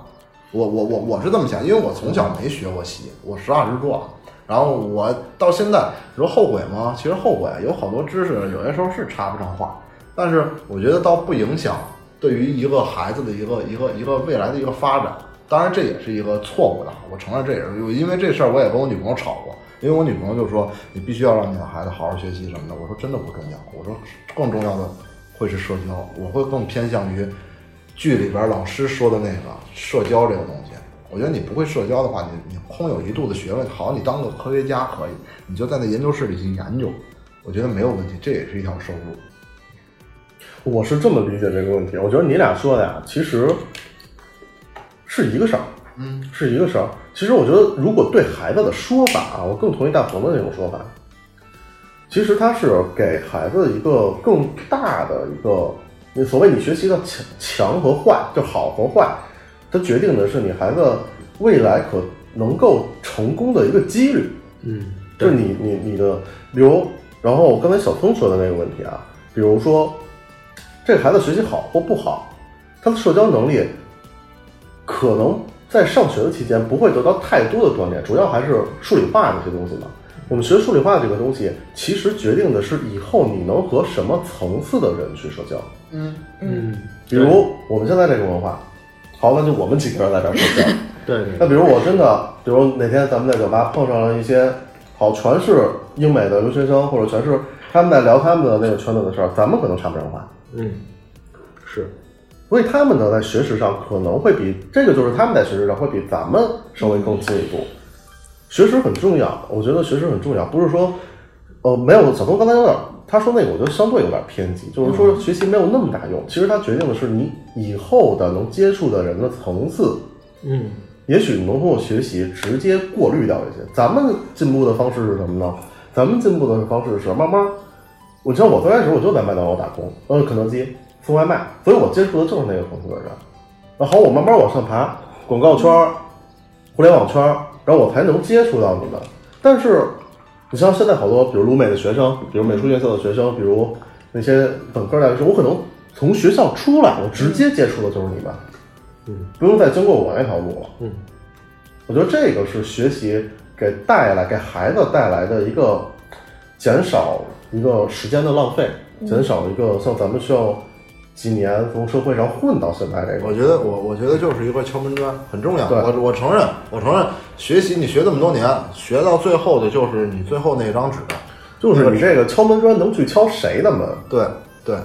我我我我是这么想，因为我从小没学过习，我实话实说啊。然后我到现在，你说后悔吗？其实后悔，有好多知识有些时候是插不上话，但是我觉得倒不影响对于一个孩子的一个一个一个未来的一个发展。当然，这也是一个错误的，我承认这也是我因为这事儿我也跟我女朋友吵过，因为我女朋友就说你必须要让你的孩子好好学习什么的。我说真的不重要，我说更重要的会是社交，我会更偏向于剧里边老师说的那个社交这个东西。我觉得你不会社交的话，你你空有一肚子学问，好，你当个科学家可以，你就在那研究室里去研究，我觉得没有问题，这也是一条收入。
我是这么理解这个问题。我觉得你俩说的呀，其实是一个事儿，嗯，是一个事儿。其实我觉得，如果对孩子的说法啊，我更同意大鹏的那种说法。其实它是给孩子一个更大的一个，你所谓你学习的强强和坏，就好和坏，它决定的是你孩子未来可能够成功的一个几率。
嗯，
就是你你你的，比如，然后我刚才小聪说的那个问题啊，比如说，这个孩子学习好或不好，他的社交能力可能在上学的期间不会得到太多的锻炼，主要还是数理化这些东西嘛。我们学数理化这个东西，其实决定的是以后你能和什么层次的人去社交。
嗯，
嗯，
比如我们现在这个文化，好，那就我们几个人在这儿社交，
对
那比如我真的，比如哪天咱们在酒吧碰上了一些好全是英美的留学生，或者全是他们在聊他们的那个圈子的事儿，咱们可能插不上话，
嗯，是，
所以他们呢在学识上可能会比这个就是他们在学识上会比咱们稍微更进一步。学识很重要，我觉得学识很重要，不是说呃没有小东刚才有点他说那个，我觉得相对有点偏激，就是说学习没有那么大用，其实它决定的是你以后的能接触的人的层次。
嗯，
也许能通过学习直接过滤掉一些。咱们进步的方式是什么呢？咱们进步的方式是慢慢。我像我最开始我就在麦当劳打工，呃，肯德基送外卖，所以我接触的正是那个层次的人。然后我慢慢往上爬，广告圈儿、互联网圈儿，然后我才能接触到你们。但是，你像现在好多，比如鲁美的学生，比如美术院校的学生，比如那些本科的学生，我可能从学校出来，我直接接触的就是你们，
嗯，
不用再经过我那条路了。
嗯，
我觉得这个是学习给带来给孩子带来的一个减少一个时间的浪费，减少一个像咱们需要几年从社会上混到现在这
我
个，
觉得我我觉得就是一个敲门砖，很重要。
对
我我承认，我承认，学习你学这么多年，学到最后的就是你最后那张纸。嗯
就是你这个敲门砖能去敲谁的门？
对对，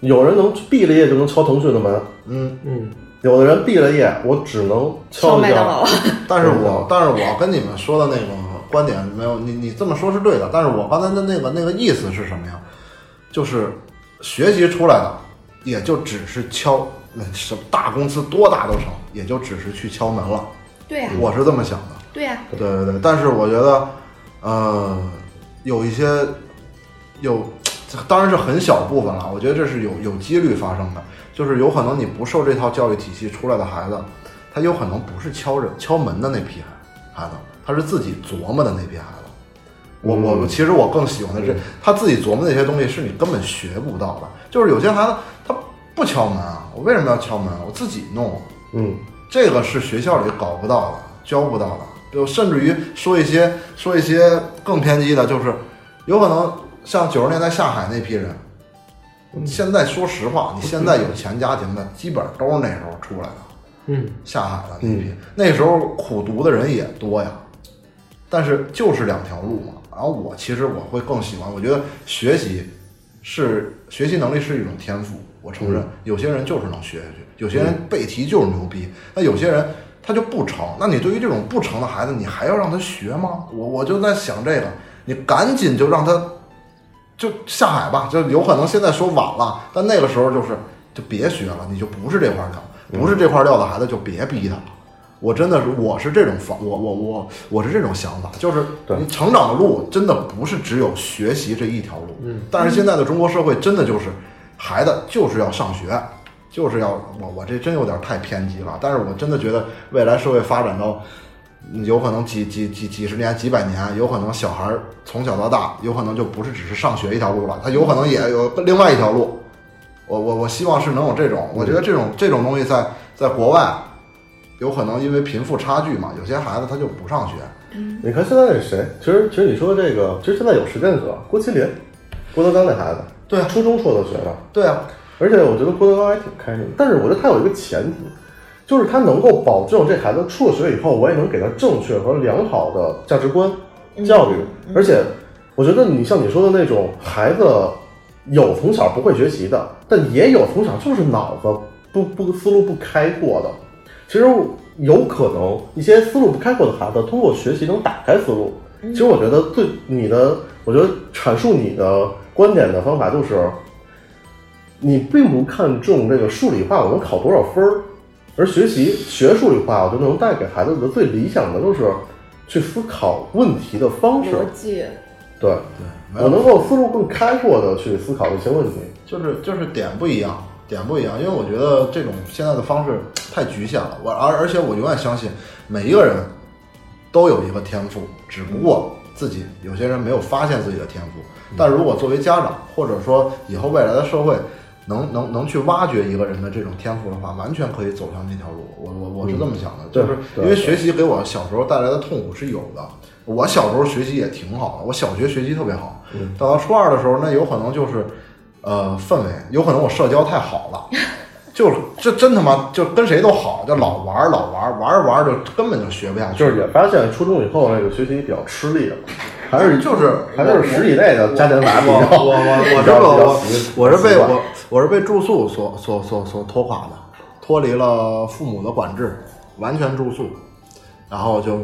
有人能毕了业就能敲腾讯的门，
嗯。
嗯，
有的人毕了业，我只能敲
上
一
麦 当劳
下。。
但是我但是我跟你们说的那个观点没有你你这么说是对的，但是我刚才的那个那个意思是什么呀？就是学习出来的，也就只是敲那什么大公司多大都成，也就只是去敲门了。
对呀、
我是这么想的。
对呀、
对对对，但是我觉得，呃，有一些有，这当然是很小部分了。我觉得这是有有几率发生的，就是有可能你不受这套教育体系出来的孩子，他有可能不是敲人敲门的那批孩孩子，他是自己琢磨的那批孩子。我我其实我更喜欢的是他自己琢磨那些东西，是你根本学不到的。就是有些孩子他不敲门啊，我为什么要敲门啊？我自己弄啊。
嗯，
这个是学校里搞不到的，教不到的，就甚至于说一些说一些更偏激的，就是有可能像九十年代下海那批人，现在说实话，你现在有钱家庭的，基本都是那时候出来的，
嗯，
下海的那批，那时候苦读的人也多呀，但是就是两条路嘛。然后我其实我会更喜欢，我觉得学习是学习能力是一种天赋，我承认，有些人就是能学下去，有些人背题就是牛逼，那有些人他就不成。那你对于这种不成的孩子，你还要让他学吗？我我就在想这个，你赶紧就让他就下海吧，就有可能现在说晚了，但那个时候就是就别学了，你就不是这块料，不是这块料的孩子就别逼他了。我真的是，我是这种方，我我我我是这种想法，就是
对
你成长的路真的不是只有学习这一条路。嗯，但是现在的中国社会真的就是，孩子就是要上学，就是要我我这真有点太偏激了，但是我真的觉得未来社会发展到有可能几几几几十年、几百年，有可能小孩儿从小到大，有可能就不是只是上学一条路了，他有可能也有另外一条路。我我我希望是能有这种，我觉得这种这种东西在在国外，有可能因为贫富差距嘛，有些孩子他就不上学。
你看现在那谁，其实其实你说这个，其实现在有实践者，郭麒麟、郭德纲那孩子，
对啊
初中辍的学的，
对啊，
而且我觉得郭德纲还挺开明，但是我觉得他有一个前提，就是他能够保证这孩子辍学以后，我也能给他正确和良好的价值观教育。而且，我觉得你像你说的那种孩子，有从小不会学习的，但也有从小就是脑子不不思路不开阔的。其实有可能一些思路不开阔的孩子，通过学习能打开思路。其实我觉得最你的，我觉得阐述你的观点的方法就是。你并不看重这个数理化我能考多少分儿，而学习学数理化，我觉得能带给孩子的最理想的就是去思考问题的方式。
逻
啊
辑，
对，
没有
我能够思路更开阔的去思考一些问题。
就是就是点不一样，点不一样，因为我觉得这种现在的方式太局限了。我而而且我永远相信每一个人都有一个天赋，只不过自己有些人没有发现自己的天赋。
嗯
但如果作为家长，或者说以后未来的社会，能能能去挖掘一个人的这种天赋的话，完全可以走上那条路。我我我是这么想的，就是
对
因
对
为学习给我小时候带来的痛苦是有的。我小时候学习也挺好的，我小学学习特别好，
嗯
到了初二的时候，那有可能就是，呃，氛围，有可能我社交太好了， 就是这真他妈就跟谁都好，就老玩儿老玩儿玩儿着玩儿就根本就学不下去。
就是也发现初中以后那个学习比较吃力了，还是
就是
还是十以内的家庭 娃比
我
较
我我我
比
这
较
个
比较
我
习
我是被
习惯
我我是被住宿所所所所拖垮的，脱离了父母的管制，完全住宿，然后就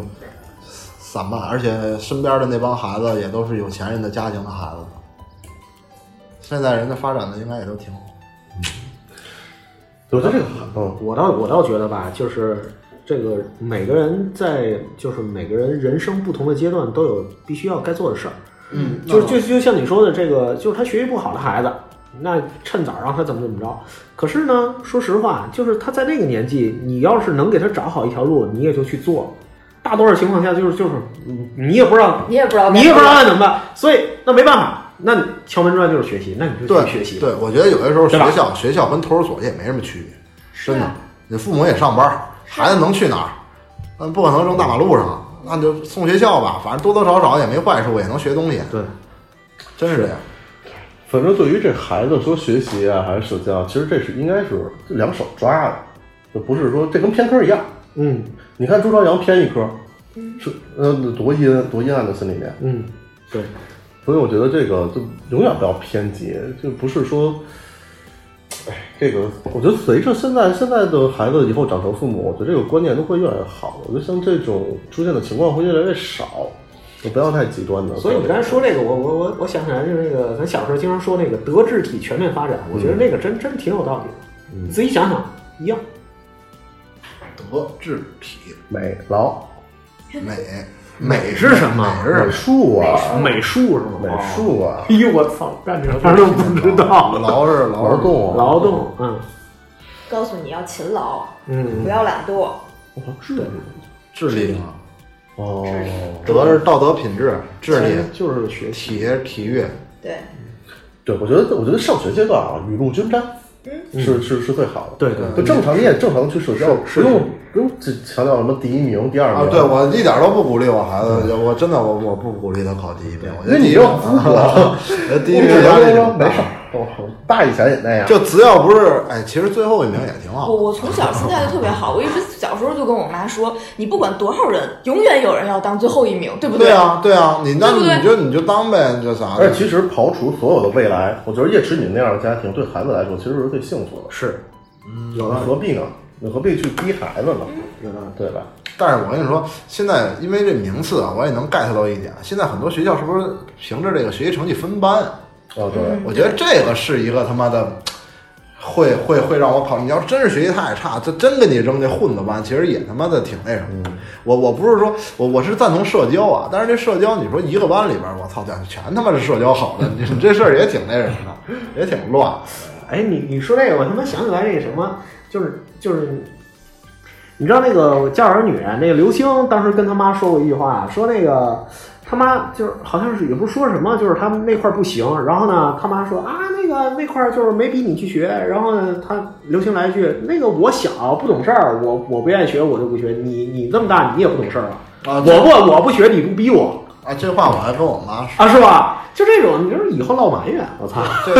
散漫，而且身边的那帮孩子也都是有钱人的家庭的孩子。现在人家发展的应该也都挺好，
我觉得这个嗯，
我倒我倒觉得吧，就是这个每个人在就是每个人人生不同的阶段都有必须要该做的事儿。
嗯
就就就像你说的，这个就是他学习不好的孩子，那趁早让他怎么怎么着。可是呢，说实话，就是他在那个年纪，你要是能给他找好一条路，你也就去做。大多数情况下，就是就是嗯你也不知道，
你也不知道，
你也不知道该怎么办，所以那没办法，那你敲门砖就是学习，那你就
对
去学习吧。
对，我觉得有些时候学
对吧
校学校跟托儿所也没什么区别，
是
真的
啊，
你父母也上班儿，孩子能去哪儿？那不可能扔大马路上，那就送学校吧，反正多多少少也没坏处，也能学东西，
对
真是这样。
反正对于这孩子说学习啊还是社交，其实这是应该是两手抓的，就不是说这跟偏科一样。
嗯
你看朱朝阳偏一科，是呃多阴多阴暗的心里面，
嗯，对。
所以我觉得这个就永远不要偏激，就不是说，哎，这个我觉得随着现在现在的孩子以后长成父母，我觉得这个观念都会越来越好。我觉得像这种出现的情况会越来越少，就不要太极端的。
所以你刚才说这个，我我我我想起来就是那个咱小时候经常说那个德智体全面发展，我觉得那个真真挺有道理的。你自己想想，一样。
德智体
美劳
美，
美是什么
美
美
是什么？
术啊，
美术是吗？
美。术啊，
哎呦我操！干 这事儿都不知道。
劳是劳
劳
是，
动啊，
劳动，嗯
告诉你要勤劳，不
嗯，
要懒惰，
我操智力
智力嘛，
哦，
德是道德品质，智力，
就是学习。
体体育，
对，
嗯
对，我觉得我觉得上学阶段啊，雨露均沾，是是是最好的。
嗯对对
就正常你也正常去社交，
是
不用不用只强调什么第一名、第二
啊
名。，
对嗯我一点都不鼓励我孩子，我真的我我不鼓励他考第一名，我觉
那
得
你
就
又不我，
第一名
我只能
压力
说
挺
没事
大，
儿，我我爸以前也那样。
就只要不是哎，其实最后一名也挺好
我。我从小心态就特别好，我一直小时候就跟我妈说，你不管多少人，永远有人要当最后一名，对不
对？啊，对啊，你那
对不对
你就你就当呗，这啥
而
的
且。其实刨除所有的未来，我觉得叶池你那样的家庭对孩子来说其实是最幸福的。
是
有的何必呢？你何必去逼孩子呢？
有道理。
对吧？
但是我跟你说，现在因为这名次啊，我也能 get 到一点。现在很多学校是不是凭着这个学习成绩分班？
哦，对，
我觉得这个是一个他妈的，会会会让我考。你要真是学习太差，这真给你扔这混子班，其实也他妈的挺那什么的。我我不是说我我是赞同社交啊，但是这社交你说一个班里边，我操，全他妈是社交好的，你你这事儿也挺那什么的，也挺乱。
哎，你你说这个，我他妈想起来那个什么，就是就是，你知道那个《家有儿女》啊那个刘星当时跟他妈说过一句话，说那个他妈就是好像是也不是说什么，就是他们那块儿不行，然后呢他妈说啊那个那块儿就是没逼你去学，然后呢他刘星来一句那个我小不懂事儿，我我不愿意学我就不学，你你这么大你也不懂事儿啊，
啊
我不我不学你不逼我
啊，这话我还跟我妈说。
啊是吧？就这种，你就是以后落埋怨，我操，
这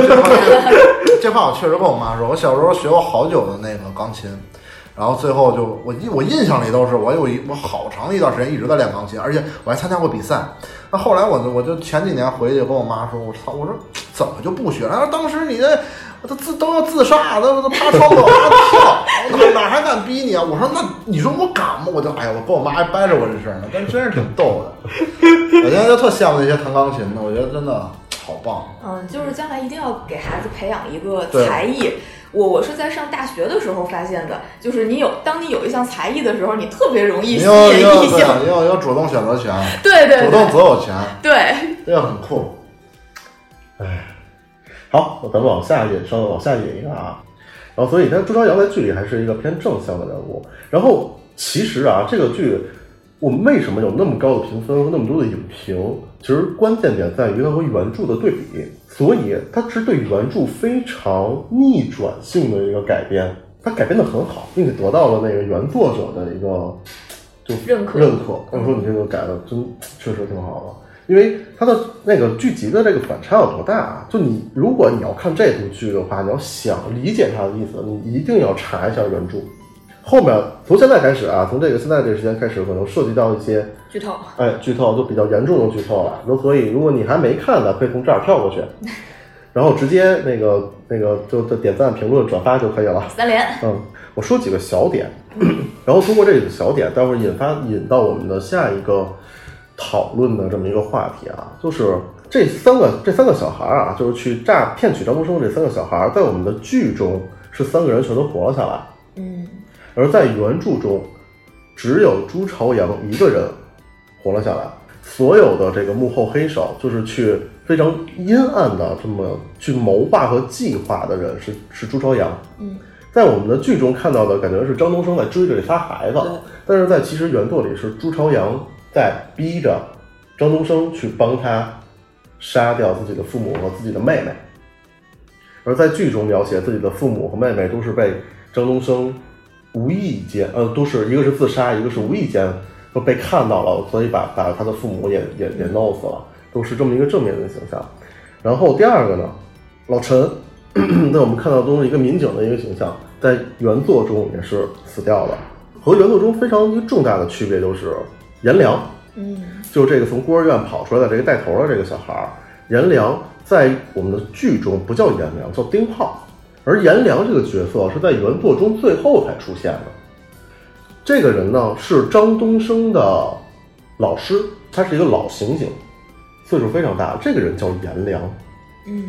这话确这话我确实跟我妈说，我小时候学过好久的那个钢琴，然后最后就我印我印象里都是我有一我好长一段时间一直在练钢琴，而且我还参加过比赛。那后来我就我就前几年回去跟我妈说，我操，我说怎么就不学了？她说当时你这。他自都要自杀，都都趴窗户往上跳，我哪哪还敢逼你啊？我说那你说我敢吗？我就哎呀，我跟我妈还掰扯过这事儿呢，但真是挺逗的。我现在就特羡慕那些弹钢琴的，我觉得真的好棒。
嗯，就是将来一定要给孩子培养一个
对
才艺。我我是在上大学的时候发现的，就是你有当你有一项才艺的时候，你特别容易
你
吸
要
引
要
异
对
性。
要要主动选择权，
对对
主动
对
择偶权，
对，
这个很酷。
好，咱们往下引，稍微往下引一个啊。然后，所以他朱朝阳在剧里还是一个偏正向的人物。然后，其实啊，这个剧我们为什么有那么高的评分和那么多的影评？其实关键点在于它和原著的对比，所以它是对原著非常逆转性的一个改编，它改编的很好，并且得到了那个原作者的一个就
认可
认可。他说你这个改的真确实挺好的。因为它的那个剧集的这个反差有多大啊？就你如果你要看这部剧的话，你要想理解它的意思，你一定要查一下原著。后面从现在开始啊，从这个现在这个时间开始，可能涉及到一些
剧透。
哎，剧透就比较严重的剧透了。那所以如果你还没看的，可以从这儿跳过去，然后直接那个那个就就点赞、评论、转发就可以了。
三连，
嗯，我说几个小点，然后通过这几个小点，待会儿引发引到我们的下一个讨论的这么一个话题啊，就是这三个这三个小孩儿啊，就是去诈骗取张博生的这三个小孩儿，在我们的剧中是三个人全都活了下来，
嗯，
而在原著中，只有朱朝阳一个人活了下来，所有的这个幕后黑手，就是去非常阴暗的这么去谋划和计划的人是是朱朝阳。
嗯，
在我们的剧中看到的感觉是张东升在追着这仨孩子，但是在其实原作里是朱朝阳在逼着张东升去帮他杀掉自己的父母和自己的妹妹。而在剧中描写自己的父母和妹妹都是被张东升无意间，呃，都是一个是自杀，一个是无意间都被看到了，所以把把他的父母也也也弄死了，都是这么一个正面的形象。然后第二个呢，老陈， 在我们看到中的一个民警的一个形象，在原作中也是死掉了，和原作中非常一个重大的区别就是颜良，
嗯，
就这个从孤儿院跑出来的这个带头的这个小孩儿，颜良在我们的剧中不叫颜良，叫丁浩。而颜良这个角色是在原作中最后才出现的。这个人呢是张东升的老师，他是一个老刑警，岁数非常大。这个人叫颜良。
嗯，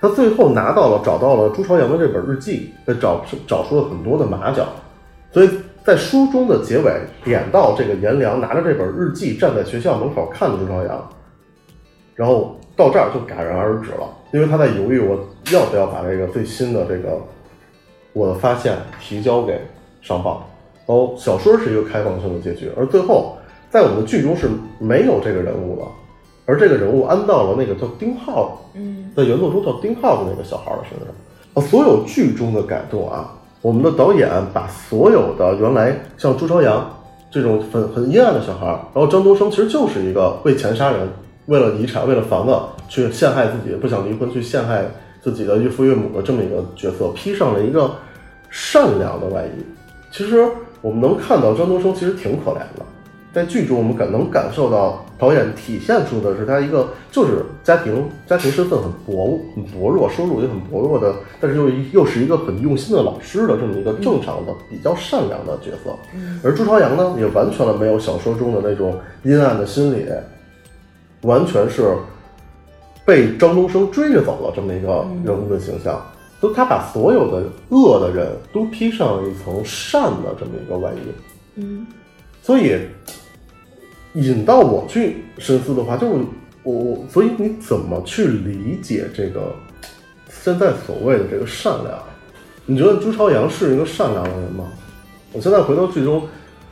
他最后拿到了找到了朱朝阳的这本日记，呃找找出了很多的马脚，所以在书中的结尾点到这个颜良拿着这本日记站在学校门口看着朱朝阳，然后到这儿就戛然而止了，因为他在犹豫我要不要把这个最新的这个我的发现提交给上报。然后小说是一个开放性的结局，而最后在我们的剧中是没有这个人物的，而这个人物安到了那个叫丁浩
嗯
在原作中叫丁浩的那个小孩儿的身上。啊，所有剧中的改动啊，我们的导演把所有的原来像朱朝阳这种很很阴暗的小孩儿，然后张东升其实就是一个为钱杀人，为了遗产，为了房子去陷害自己，不想离婚去陷害自己的岳父岳母的这么一个角色，披上了一个善良的外衣。其实我们能看到张东升其实挺可怜的，在剧中我们感能感受到导演体现出的是他一个就是家庭家庭身份很薄很薄弱，收入也很薄弱的，但是又一又是一个很用心的老师的这么一个正常的、比较善良的角色。而朱朝阳呢，也完全的没有小说中的那种阴暗的心理，完全是被张东升追着走了这么一个人物的形象。就他把所有的恶的人都披上了一层善的这么一个外衣。
嗯，
所以引到我去深思的话，就是我我，所以你怎么去理解这个现在所谓的这个善良？你觉得朱朝阳是一个善良的人吗？我现在回到剧中，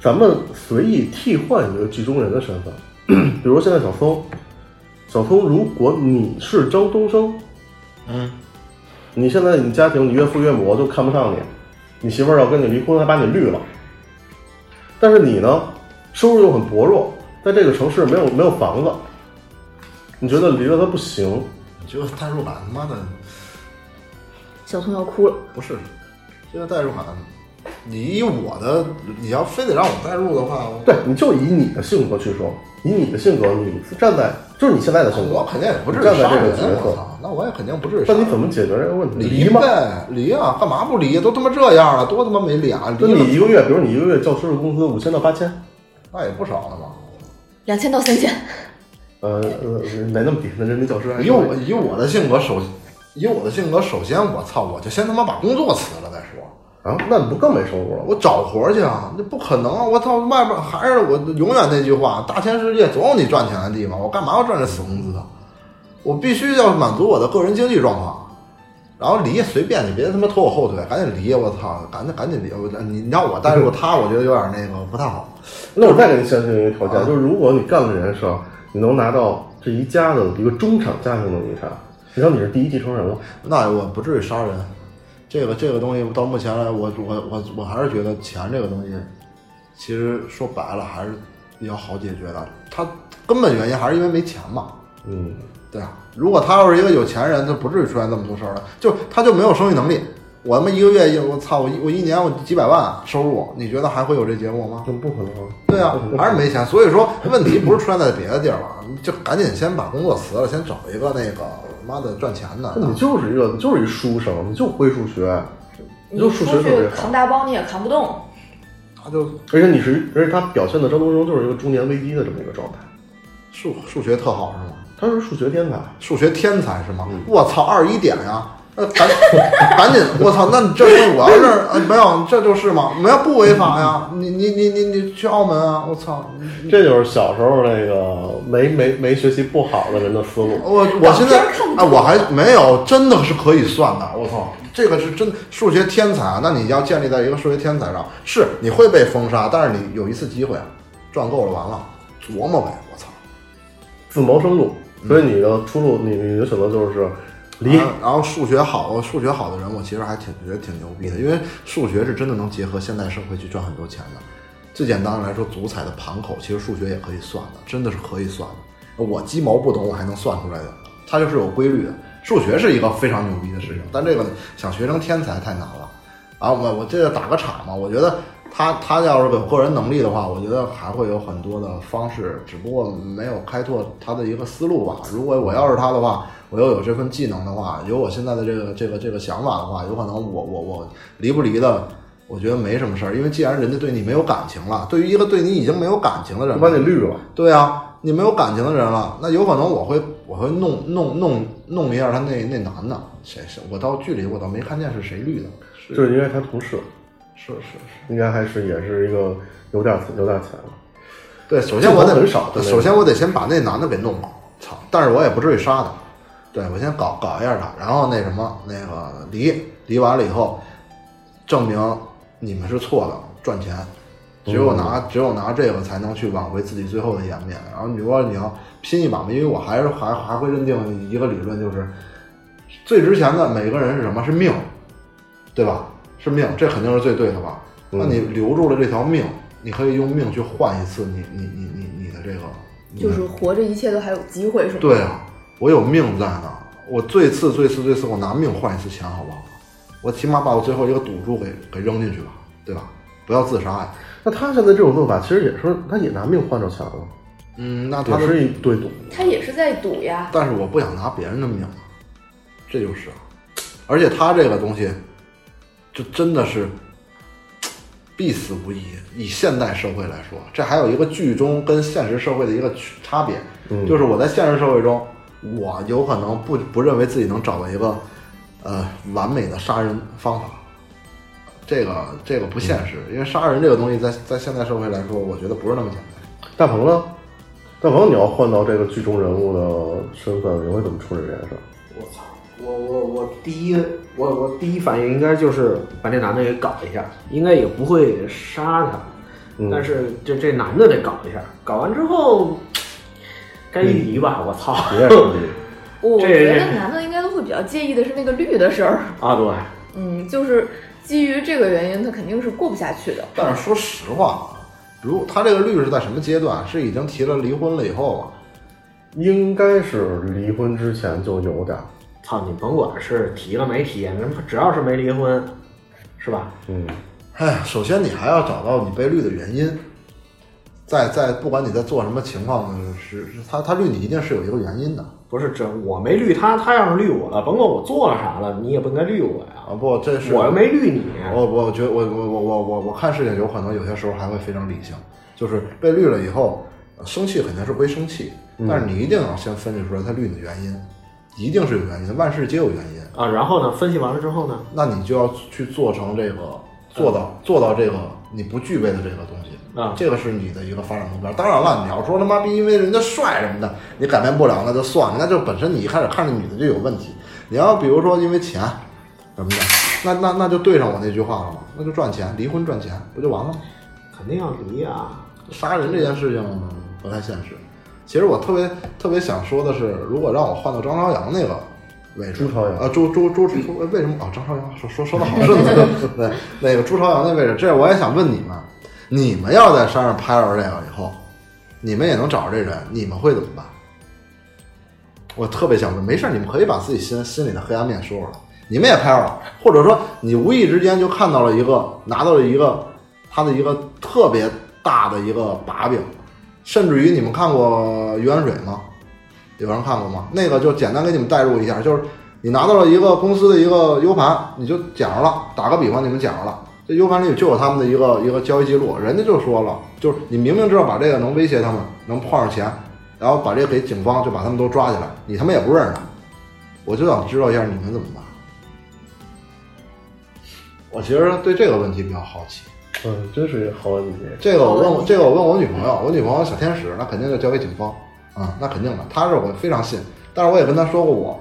咱们随意替换一个剧中人的身份， 比如现在小松，小松，如果你是张东升，
嗯，
你现在你家庭，你岳父岳母就看不上你，你媳妇儿要跟你离婚，还把你绿了。但是你呢，收入又很薄弱，在这个城市没有没有房子，你觉得离了他不行？
你觉得代入感他妈的
小松要哭了，
不是，这个代入感，你以我的，你要非得让我代入的话，我
对，你就以你的性格去说，以你的性格，你是站在就是你现在的性格
我，肯定也不至于
站在
杀
这
人
个角，
我
色，
操，那我也肯定不至于杀
那
人。
你怎么解决这个问题？
离
吗？
呗，离啊，干嘛不离？都他妈这样了，多他妈没脸！
那
离了
你一个月，比如你一个月教师的工资五千到八千，
那也不少了吧？
两千到三千，
呃呃，没那么低，那人民教师还
以我以我的性格，首以我的性格，首先我操，我就先他妈把工作辞了再说。
啊，那你不更没收入了？
我找活儿去啊！那不可能啊！我操，外边还是我永远那句话：大千世界总有你赚钱的地方，我干嘛要赚这死工资啊？我必须要满足我的个人经济状况，然后离随便你，别他妈拖我后腿，赶紧离！我操，赶紧赶紧离！我你你让我带入他，我觉得有点那个不太好。
那我再给你限定一个条件，
啊
就是如果你干了这件事儿，你能拿到这一家子一个中产家庭的遗产，你说你是第一继承人了，
那我不至于杀人，这个这个东西到目前来，我我我我还是觉得钱这个东西，其实说白了还是比较好解决的。他根本原因还是因为没钱嘛，
嗯，
对啊。如果他要是一个有钱人，他不至于出现这么多事儿的。就他就没有生育能力。我他妈一个月，我操，我一我一年我几百万收入，你觉得还会有这结果吗？
那不可能啊。
对啊，还是没钱。所以说问题不是出现在别的地儿了，你就赶紧先把工作辞了，先找一个那个妈的赚钱的。
那你就是一个，你就是一书生，你就会数学，你
你
就
出
数学特
去
别好
扛，大包你也扛不动。
他就
而且你是，而且他表现的张东升就是一个中年危机的这么一个状态，
数数学特好是吗？
他是数学天才，
数学天才是吗？我操，二十一点呀、那赶赶紧， 我操！那你这事我要是呃没有，这就是嘛，没有不违法呀！你你你你你去澳门啊！我操！你
这就是小时候那个没没没学习不好的人的思路。
我我现在
老师看不
哎，我还没有，真的是可以算的。我操，这个是真数学天才啊！那你要建立在一个数学天才上，是你会被封杀，但是你有一次机会，啊赚够了完了，琢磨呗！我操，
自谋生路，所以你的出路，你你的选择就是离
然后然后数学好，数学好的人，我其实还挺觉得挺牛逼的，因为数学是真的能结合现代社会去赚很多钱的。最简单的来说，足彩的盘口其实数学也可以算的，真的是可以算的。我鸡毛不懂，我还能算出来的，它就是有规律的。数学是一个非常牛逼的事情，但这个想学成天才太难了。啊，我我这个打个岔嘛，我觉得他他要是有个人能力的话，我觉得还会有很多的方式，只不过没有开拓他的一个思路吧。如果我要是他的话，我又有这份技能的话，有我现在的这个这个这个想法的话，有可能我我我离不离的，我觉得没什么事儿，因为既然人家对你没有感情了，对于一个对你已经没有感情的人
就
了，
把你绿了，
对啊，你没有感情的人了，那有可能我会我会弄弄弄弄一下他那那男的，谁谁，我到剧里我倒没看见是谁绿的，
就是因为他同事，
是是是，
应该还是也是一个有点有点钱了。
对，首先我得
这种很少对
首先我得先把那男的给弄了，操，但是我也不至于杀他，对我先搞搞一下他，然后那什么那个离离完了以后，证明你们是错的，赚钱。只有
嗯
拿只有拿这个才能去挽回自己最后的颜面。然后你说你要拼一把嘛，因为我还是还还会认定一个理论，就是最值钱的每个人是什么？是命，对吧？是命，这肯定是最对的吧？
嗯
那你留住了这条命，你可以用命去换一次你你你你你的这个，你的
就是活着一切都还有机会，是吗？
嗯对啊，我有命在呢，我最次最次最次，我拿命换一次钱，好不好？我起码把我最后一个赌注给给扔进去吧，对吧？不要自杀呀。
那他现在这种做法，其实也是他也拿命换着钱了，
嗯，那他
也
的
是一对赌。
他也是在赌呀。
但是我不想拿别人的命，这就是啊。而且他这个东西，这真的是必死无疑。以现代社会来说，这还有一个剧中跟现实社会的一个区差别，就是我在现实社会中，我有可能不不认为自己能找到一个呃完美的杀人方法。这个这个不现实，因为杀人这个东西在在现代社会来说，我觉得不是那么简单。
大鹏呢？大鹏，你要换到这个剧中人物的身份，你会怎么处理这件事儿？
我操！我我我第一，我我第一反应应该就是把这男的给搞一下，应该也不会杀他，
嗯
但是这这男的得搞一下，搞完之后该一离吧，我操！
你也是你，
我
这
觉得
这
男的应该都会比较介意的是那个绿的事儿。
啊，对，
嗯，就是基于这个原因，他肯定是过不下去的。
但是说实话，啊如他这个律是在什么阶段？啊是已经提了离婚了以后啊？
应该是离婚之前就有点儿，
操你甭管是提了没提，只要是没离婚，是吧？
嗯，
哎，首先你还要找到你被绿的原因，在在不管你在做什么情况呢，是是他他绿你一定是有一个原因的
不是这我没绿他，他要是绿我了，甭管我做了啥了，你也不应该绿我呀。
啊！不，这是
我又没绿你，
我我觉得我我我我我我看事情有可能有些时候还会非常理性，就是被绿了以后，呃生气肯定是归生气，
嗯
但是你一定要先分析出来他绿你的原因，一定是有原因的，万事皆有原因。
啊，然后呢，分析完了之后呢，
那你就要去做成这个，做到做到这个你不具备的这个东西
啊
这个是你的一个发展目标。当然了，你要说他妈逼因为人家帅什么的，你改变不了那就算了，那就本身你一开始看着女的就有问题。你要比如说因为钱什么的，那那那就对上我那句话了嘛，那就赚钱，离婚赚钱不就完了吗？
肯定要离啊。
杀人这件事情不太现实。其实我特别特别想说的是，如果让我换到张朝阳那个位置，
朱朝阳
啊，朱朱朱朱，为什么啊？张朝阳说说说的好顺嘴，对，那个朱朝阳那位置，这我也想问你们，你们要在山上拍着这个以后，你们也能找着这人，你们会怎么办？我特别想问，没事儿，你们可以把自己心心里的黑暗面说出来，你们也拍着了，或者说你无意之间就看到了一个拿到了一个他的一个特别大的一个把柄，甚至于你们看过《鱼安水》吗？有人看过吗？那个就简单给你们代入一下，就是你拿到了一个公司的一个 U 盘，你就捡着了。打个比方，你们捡着了，这 U 盘里就有他们的一个一个交易记录，人家就说了，就是你明明知道把这个能威胁他们，能碰上钱，然后把这个给警方，就把他们都抓起来，你他妈也不认识他。我就想知道一下你们怎么办。我其实对这个问题比较好奇。
嗯，真是一个好问题。
这个我问我，这个我问我女朋友，我女朋友小天使，那肯定就交给警方啊、那肯定的，她是我非常信，但是我也跟她说过我，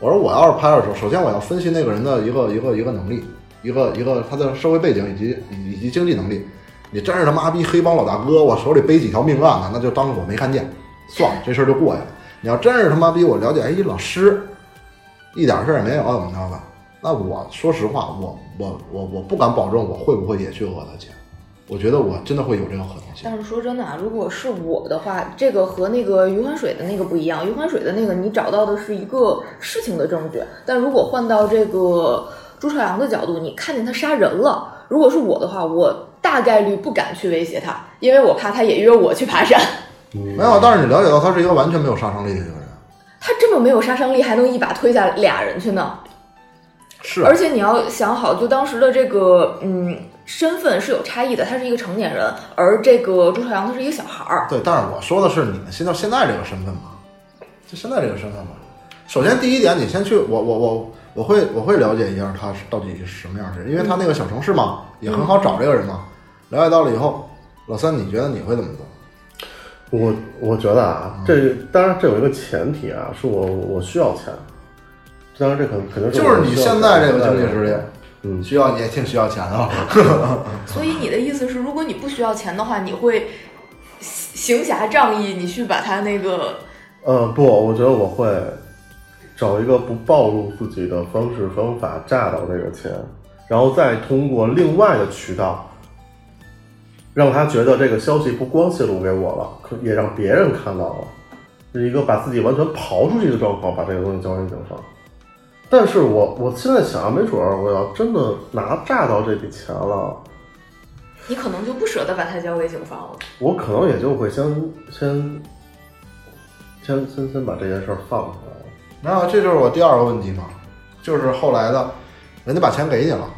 我说我要是拍的时候，首先我要分析那个人的一个一个一个能力，一个一个他的社会背景以及以及经济能力。你真是他妈逼黑帮老大哥，我手里背几条命案呢，那就当我没看见，算了，这事儿就过去了。你要真是他妈逼我了解，哎，一老师，一点事儿也没有，怎么着的？那我说实话，我我我我不敢保证我会不会也去讹他钱，我觉得我真的会有这个可能性。
但是说真的啊，如果是我的话，这个和那个余欢水的那个不一样。余欢水的那个你找到的是一个事情的证据，但如果换到这个朱朝阳的角度，你看见他杀人了，如果是我的话，我大概率不敢去威胁他，因为我怕他也约我去爬山。
没
没有，但是你了解到他是一个完全没有杀伤力的一个人，
他这么没有杀伤力，还能一把推下俩人去呢？
是啊
而且你要想好，就当时的这个嗯身份是有差异的，他是一个成年人，而这个朱朝阳他是一个小孩儿。
对，但是我说的是你们现在现在这个身份嘛，就现在这个身份嘛。首先第一点，你先去我我我我会我会了解一下他是到底是什么样的人，因为他那个小城市嘛，也很好找这个人嘛。了解到了以后，老三，你觉得你会怎么做？
我我觉得啊，这当然这有一个前提啊，是我我需要钱。当然这可能肯定
就
我
是你
需要
现在
钱
这个经济实力，
嗯
需要你也挺需要钱的。
所以你的意思是，如果你不需要钱的话，你会行行侠仗义，你去把他那个
呃，不，我觉得我会找一个不暴露自己的方式方法诈到这个钱，然后再通过另外的渠道，让他觉得这个消息不光泄露给我了，可也让别人看到了，是一个把自己完全刨出去的状况，把这个东西交给警方。但是我我现在想，没准儿我要真的拿诈到这笔钱了，
你可能就不舍得把他交给警方了。
我可能也就会先先先先先把这件事儿放出来。
没有，这就是我第二个问题嘛，就是后来的，人家把钱给你了，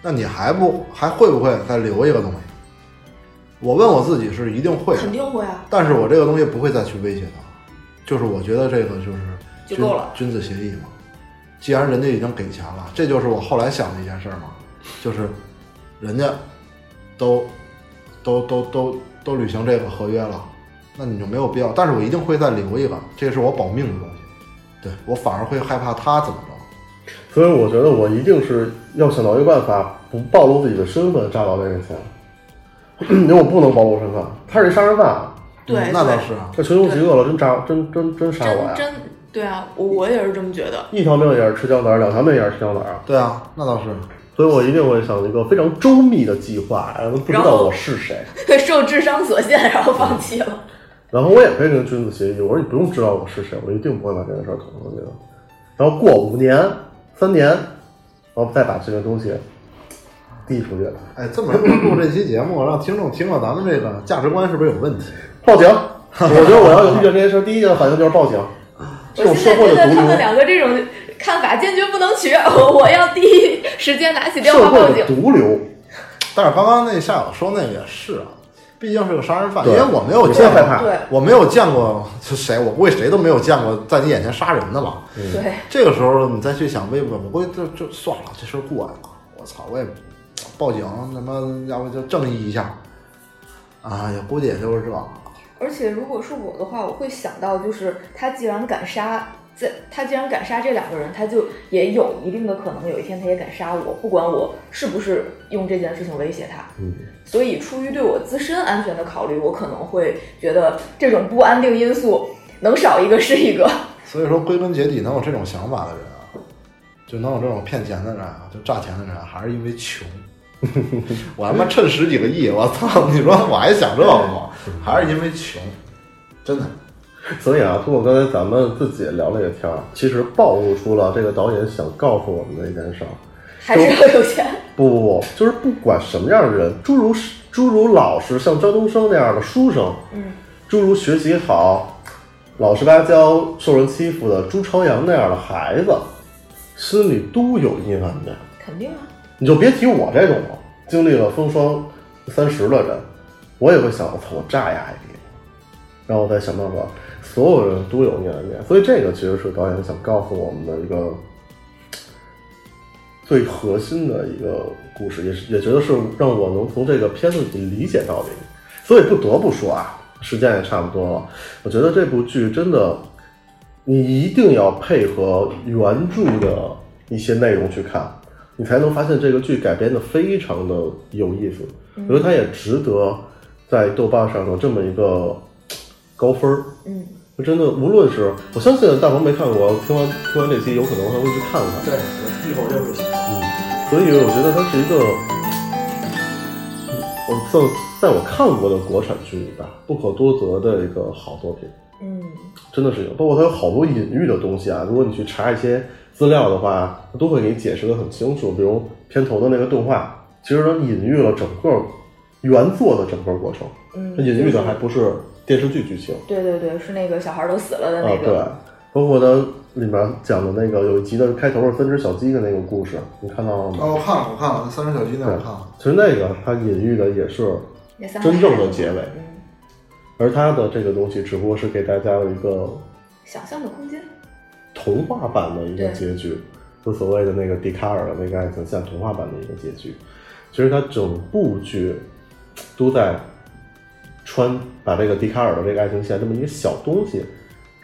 那你还不还会不会再留一个东西？我问我自己是一定会的，
肯定会啊，
但是我这个东西不会再去威胁他，就是我觉得这个就是
就
君
够了
君子协议嘛。既然人家已经给钱了，这就是我后来想的一件事儿嘛，就是人家都都都都都履行这个合约了，那你就没有必要。但是我一定会再留一个，这是我保命的东西。对我反而会害怕他怎么着。
所以我觉得我一定是要想到一个办法，不暴露自己的身份诈到这个钱， 因为我不能暴露身份。他是一杀人犯，啊
对
嗯那倒
对
是啊。
这穷凶极恶了，真诈，真真真杀我
真
呀！
真对啊，我我也是这么觉得。
一条命也是吃胶囊，两条命也是吃胶囊，
对啊，那倒是。
所以我一定会想一个非常周密的计划，让他不知道我是谁。
受智商所限，然后放弃了。
然后我也可以跟君子协议，我说你不用知道我是谁，我一定不会把这件事儿捅出去的。然后过五年、三年，然后再把这个东西递出去，
哎，这么录这期节目，让听众听了咱们这个价值观是不是有问题？
报警。我觉得我要有遇见这些事儿，第一件反应就是报警。这种
我
社
现在觉
会的
得
毒
他们
瘤，
两个这种看法坚决不能取，我我要第一时间拿起电话
社
报
会
警
的。毒瘤，
但是刚刚那夏晓说那个也是啊，毕竟是个杀人犯，因
对
为我没有
你
见
会害
过，
怕。
对
我没有见过是谁，我估计谁都没有见过在你眼前杀人的了。
对，
这个时候你再去想威不威，我估计就就算了，这事儿过去了。我操，我也报警，他妈要不就正义一下啊，也估计也就是这。
而且如果是我的话，我会想到就是他既然敢杀。这他既然敢杀这两个人，他就也有一定的可能，有一天他也敢杀我，不管我是不是用这件事情威胁他。
嗯，
所以出于对我自身安全的考虑，我可能会觉得这种不安定因素能少一个是一个。
所以说，归根结底，能有这种想法的人啊，就能有这种骗钱的人啊，就诈钱的人啊，还是因为穷。 我他妈趁十几个亿，我 操！你说我还想这个吗？还是因为穷，真的。
所以啊，通过刚才咱们自己聊了一个天儿，其实暴露出了这个导演想告诉我们的一件事儿。
还是要有钱。
不不不，就是不管什么样的人，诸如诸如老师，像张东升那样的书生，
嗯，
诸如学习好、老实巴交、受人欺负的朱朝阳那样的孩子，心里都有阴暗面。
肯定啊，
你就别提我这种了，经历了风霜三十的人，我也会想，我操，我炸呀一笔，然后我再想办法。所有人都有阴暗面，所以这个其实是导演想告诉我们的一个最核心的一个故事，也是也觉得是让我能从这个片子里理解到的一个。所以不得不说啊，时间也差不多了，我觉得这部剧真的，你一定要配合原著的一些内容去看，你才能发现这个剧改编的非常的有意思。
嗯
我觉得它也值得在豆瓣上有这么一个高分儿。
嗯，
真的，无论是我相信大鹏没看过，听完听完这期有可能还会去看看。嗯
对，哎我一会儿就会。
所以我觉得它是一个，我在在我看过的国产剧里吧，不可多得的一个好作品，
嗯，
真的是有。包括它有好多隐喻的东西啊，如果你去查一些资料的话，它都会给你解释的很清楚。比如片头的那个动画，其实它隐喻了整个原作的整个过程，
嗯
它隐喻的还不是电视剧剧情。
对对对，是那个小孩都死了的嗯那个。
啊，对，包括它里面讲的那个有一集的开头是三只小鸡的那个故事，你看到了吗？
哦，我看了，我看了，三只小鸡那我看了。
其实那个它隐喻的也是
那三个
真正的
孩子
结尾，
嗯，
而它的这个东西只不过是给大家有一个
想象的空间。
童话版的一个
对
结局，就所谓的那个笛卡尔的那个爱情像童话版的一个结局。其实它整部剧都在穿把这个笛卡尔的这个爱情线这么一个小东西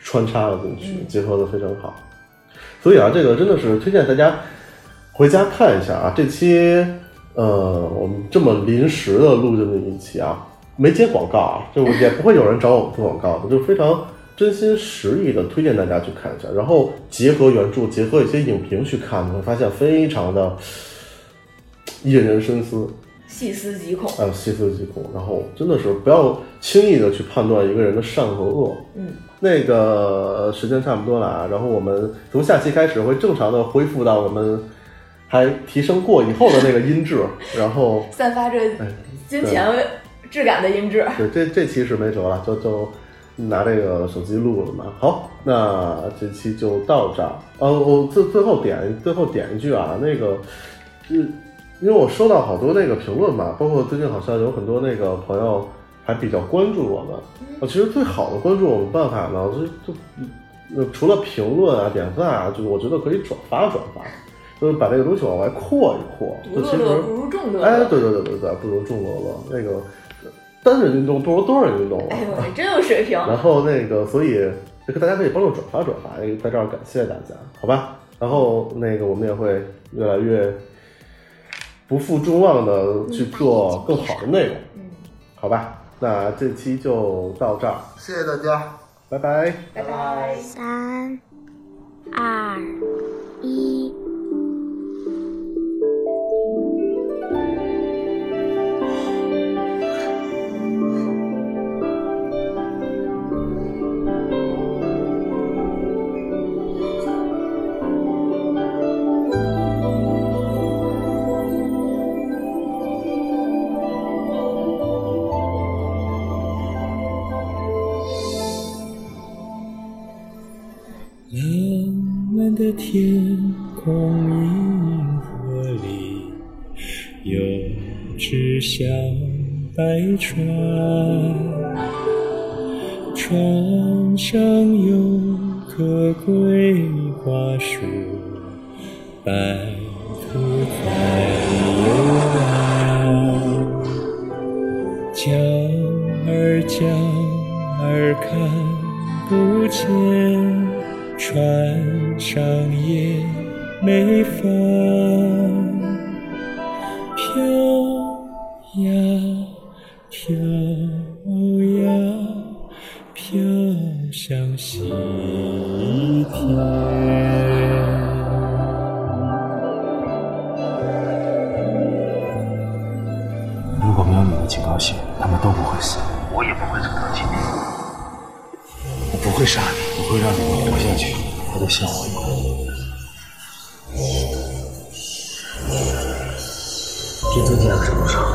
穿插了进去，结合的非常好。所以啊，这个真的是推荐大家回家看一下啊。这期呃，我们这么临时的录这么一期啊，没接广告啊，就也不会有人找我们做广告的，就非常真心实意的推荐大家去看一下，然后结合原著，结合一些影评去看，你会发现非常的引人深思。
细思极恐。
啊，细思极恐。然后真的是不要轻易的去判断一个人的善和恶。
嗯，
那个呃时间差不多了啊，然后我们从下期开始会正常的恢复到我们还提升过以后的那个音质。然后
散发着
哎
金钱质感的音质。
对这这期是没辙了，就就拿这个手机录的嘛。好，那这期就到这儿。呃，我最最后点最后点一句啊，那个，嗯，因为我收到好多那个评论嘛，包括最近好像有很多那个朋友还比较关注我们。我、其实最好的关注我们办法呢，就就呃除了评论啊、点赞啊，就我觉得可以转发转发，就是把这个东西往外扩一扩。
独
就
乐
其实
乐不如众乐乐。
哎，对对对对对，不如众乐乐。那个单人运动不如多人运动了。
哎呦，你真有水平。
然后那个，所以这个大家可以帮助转发转发，也在这儿感谢大家，好吧？然后那个我们也会越来越不负众望的去做更好的内容，
嗯，
好吧？那这期就到这儿，
谢谢大家。
拜拜。
拜拜。
三二一。
人们的天空银河里有只小白船，船上有棵桂花树，白兔在游玩。讲儿讲儿看不见，船上也没帆，飘呀飘呀，飘向西天。
们都不会死，
我也不会走到今天。
我不会杀你，我会让你们活下去，活得像我一样。
对自己有什么伤？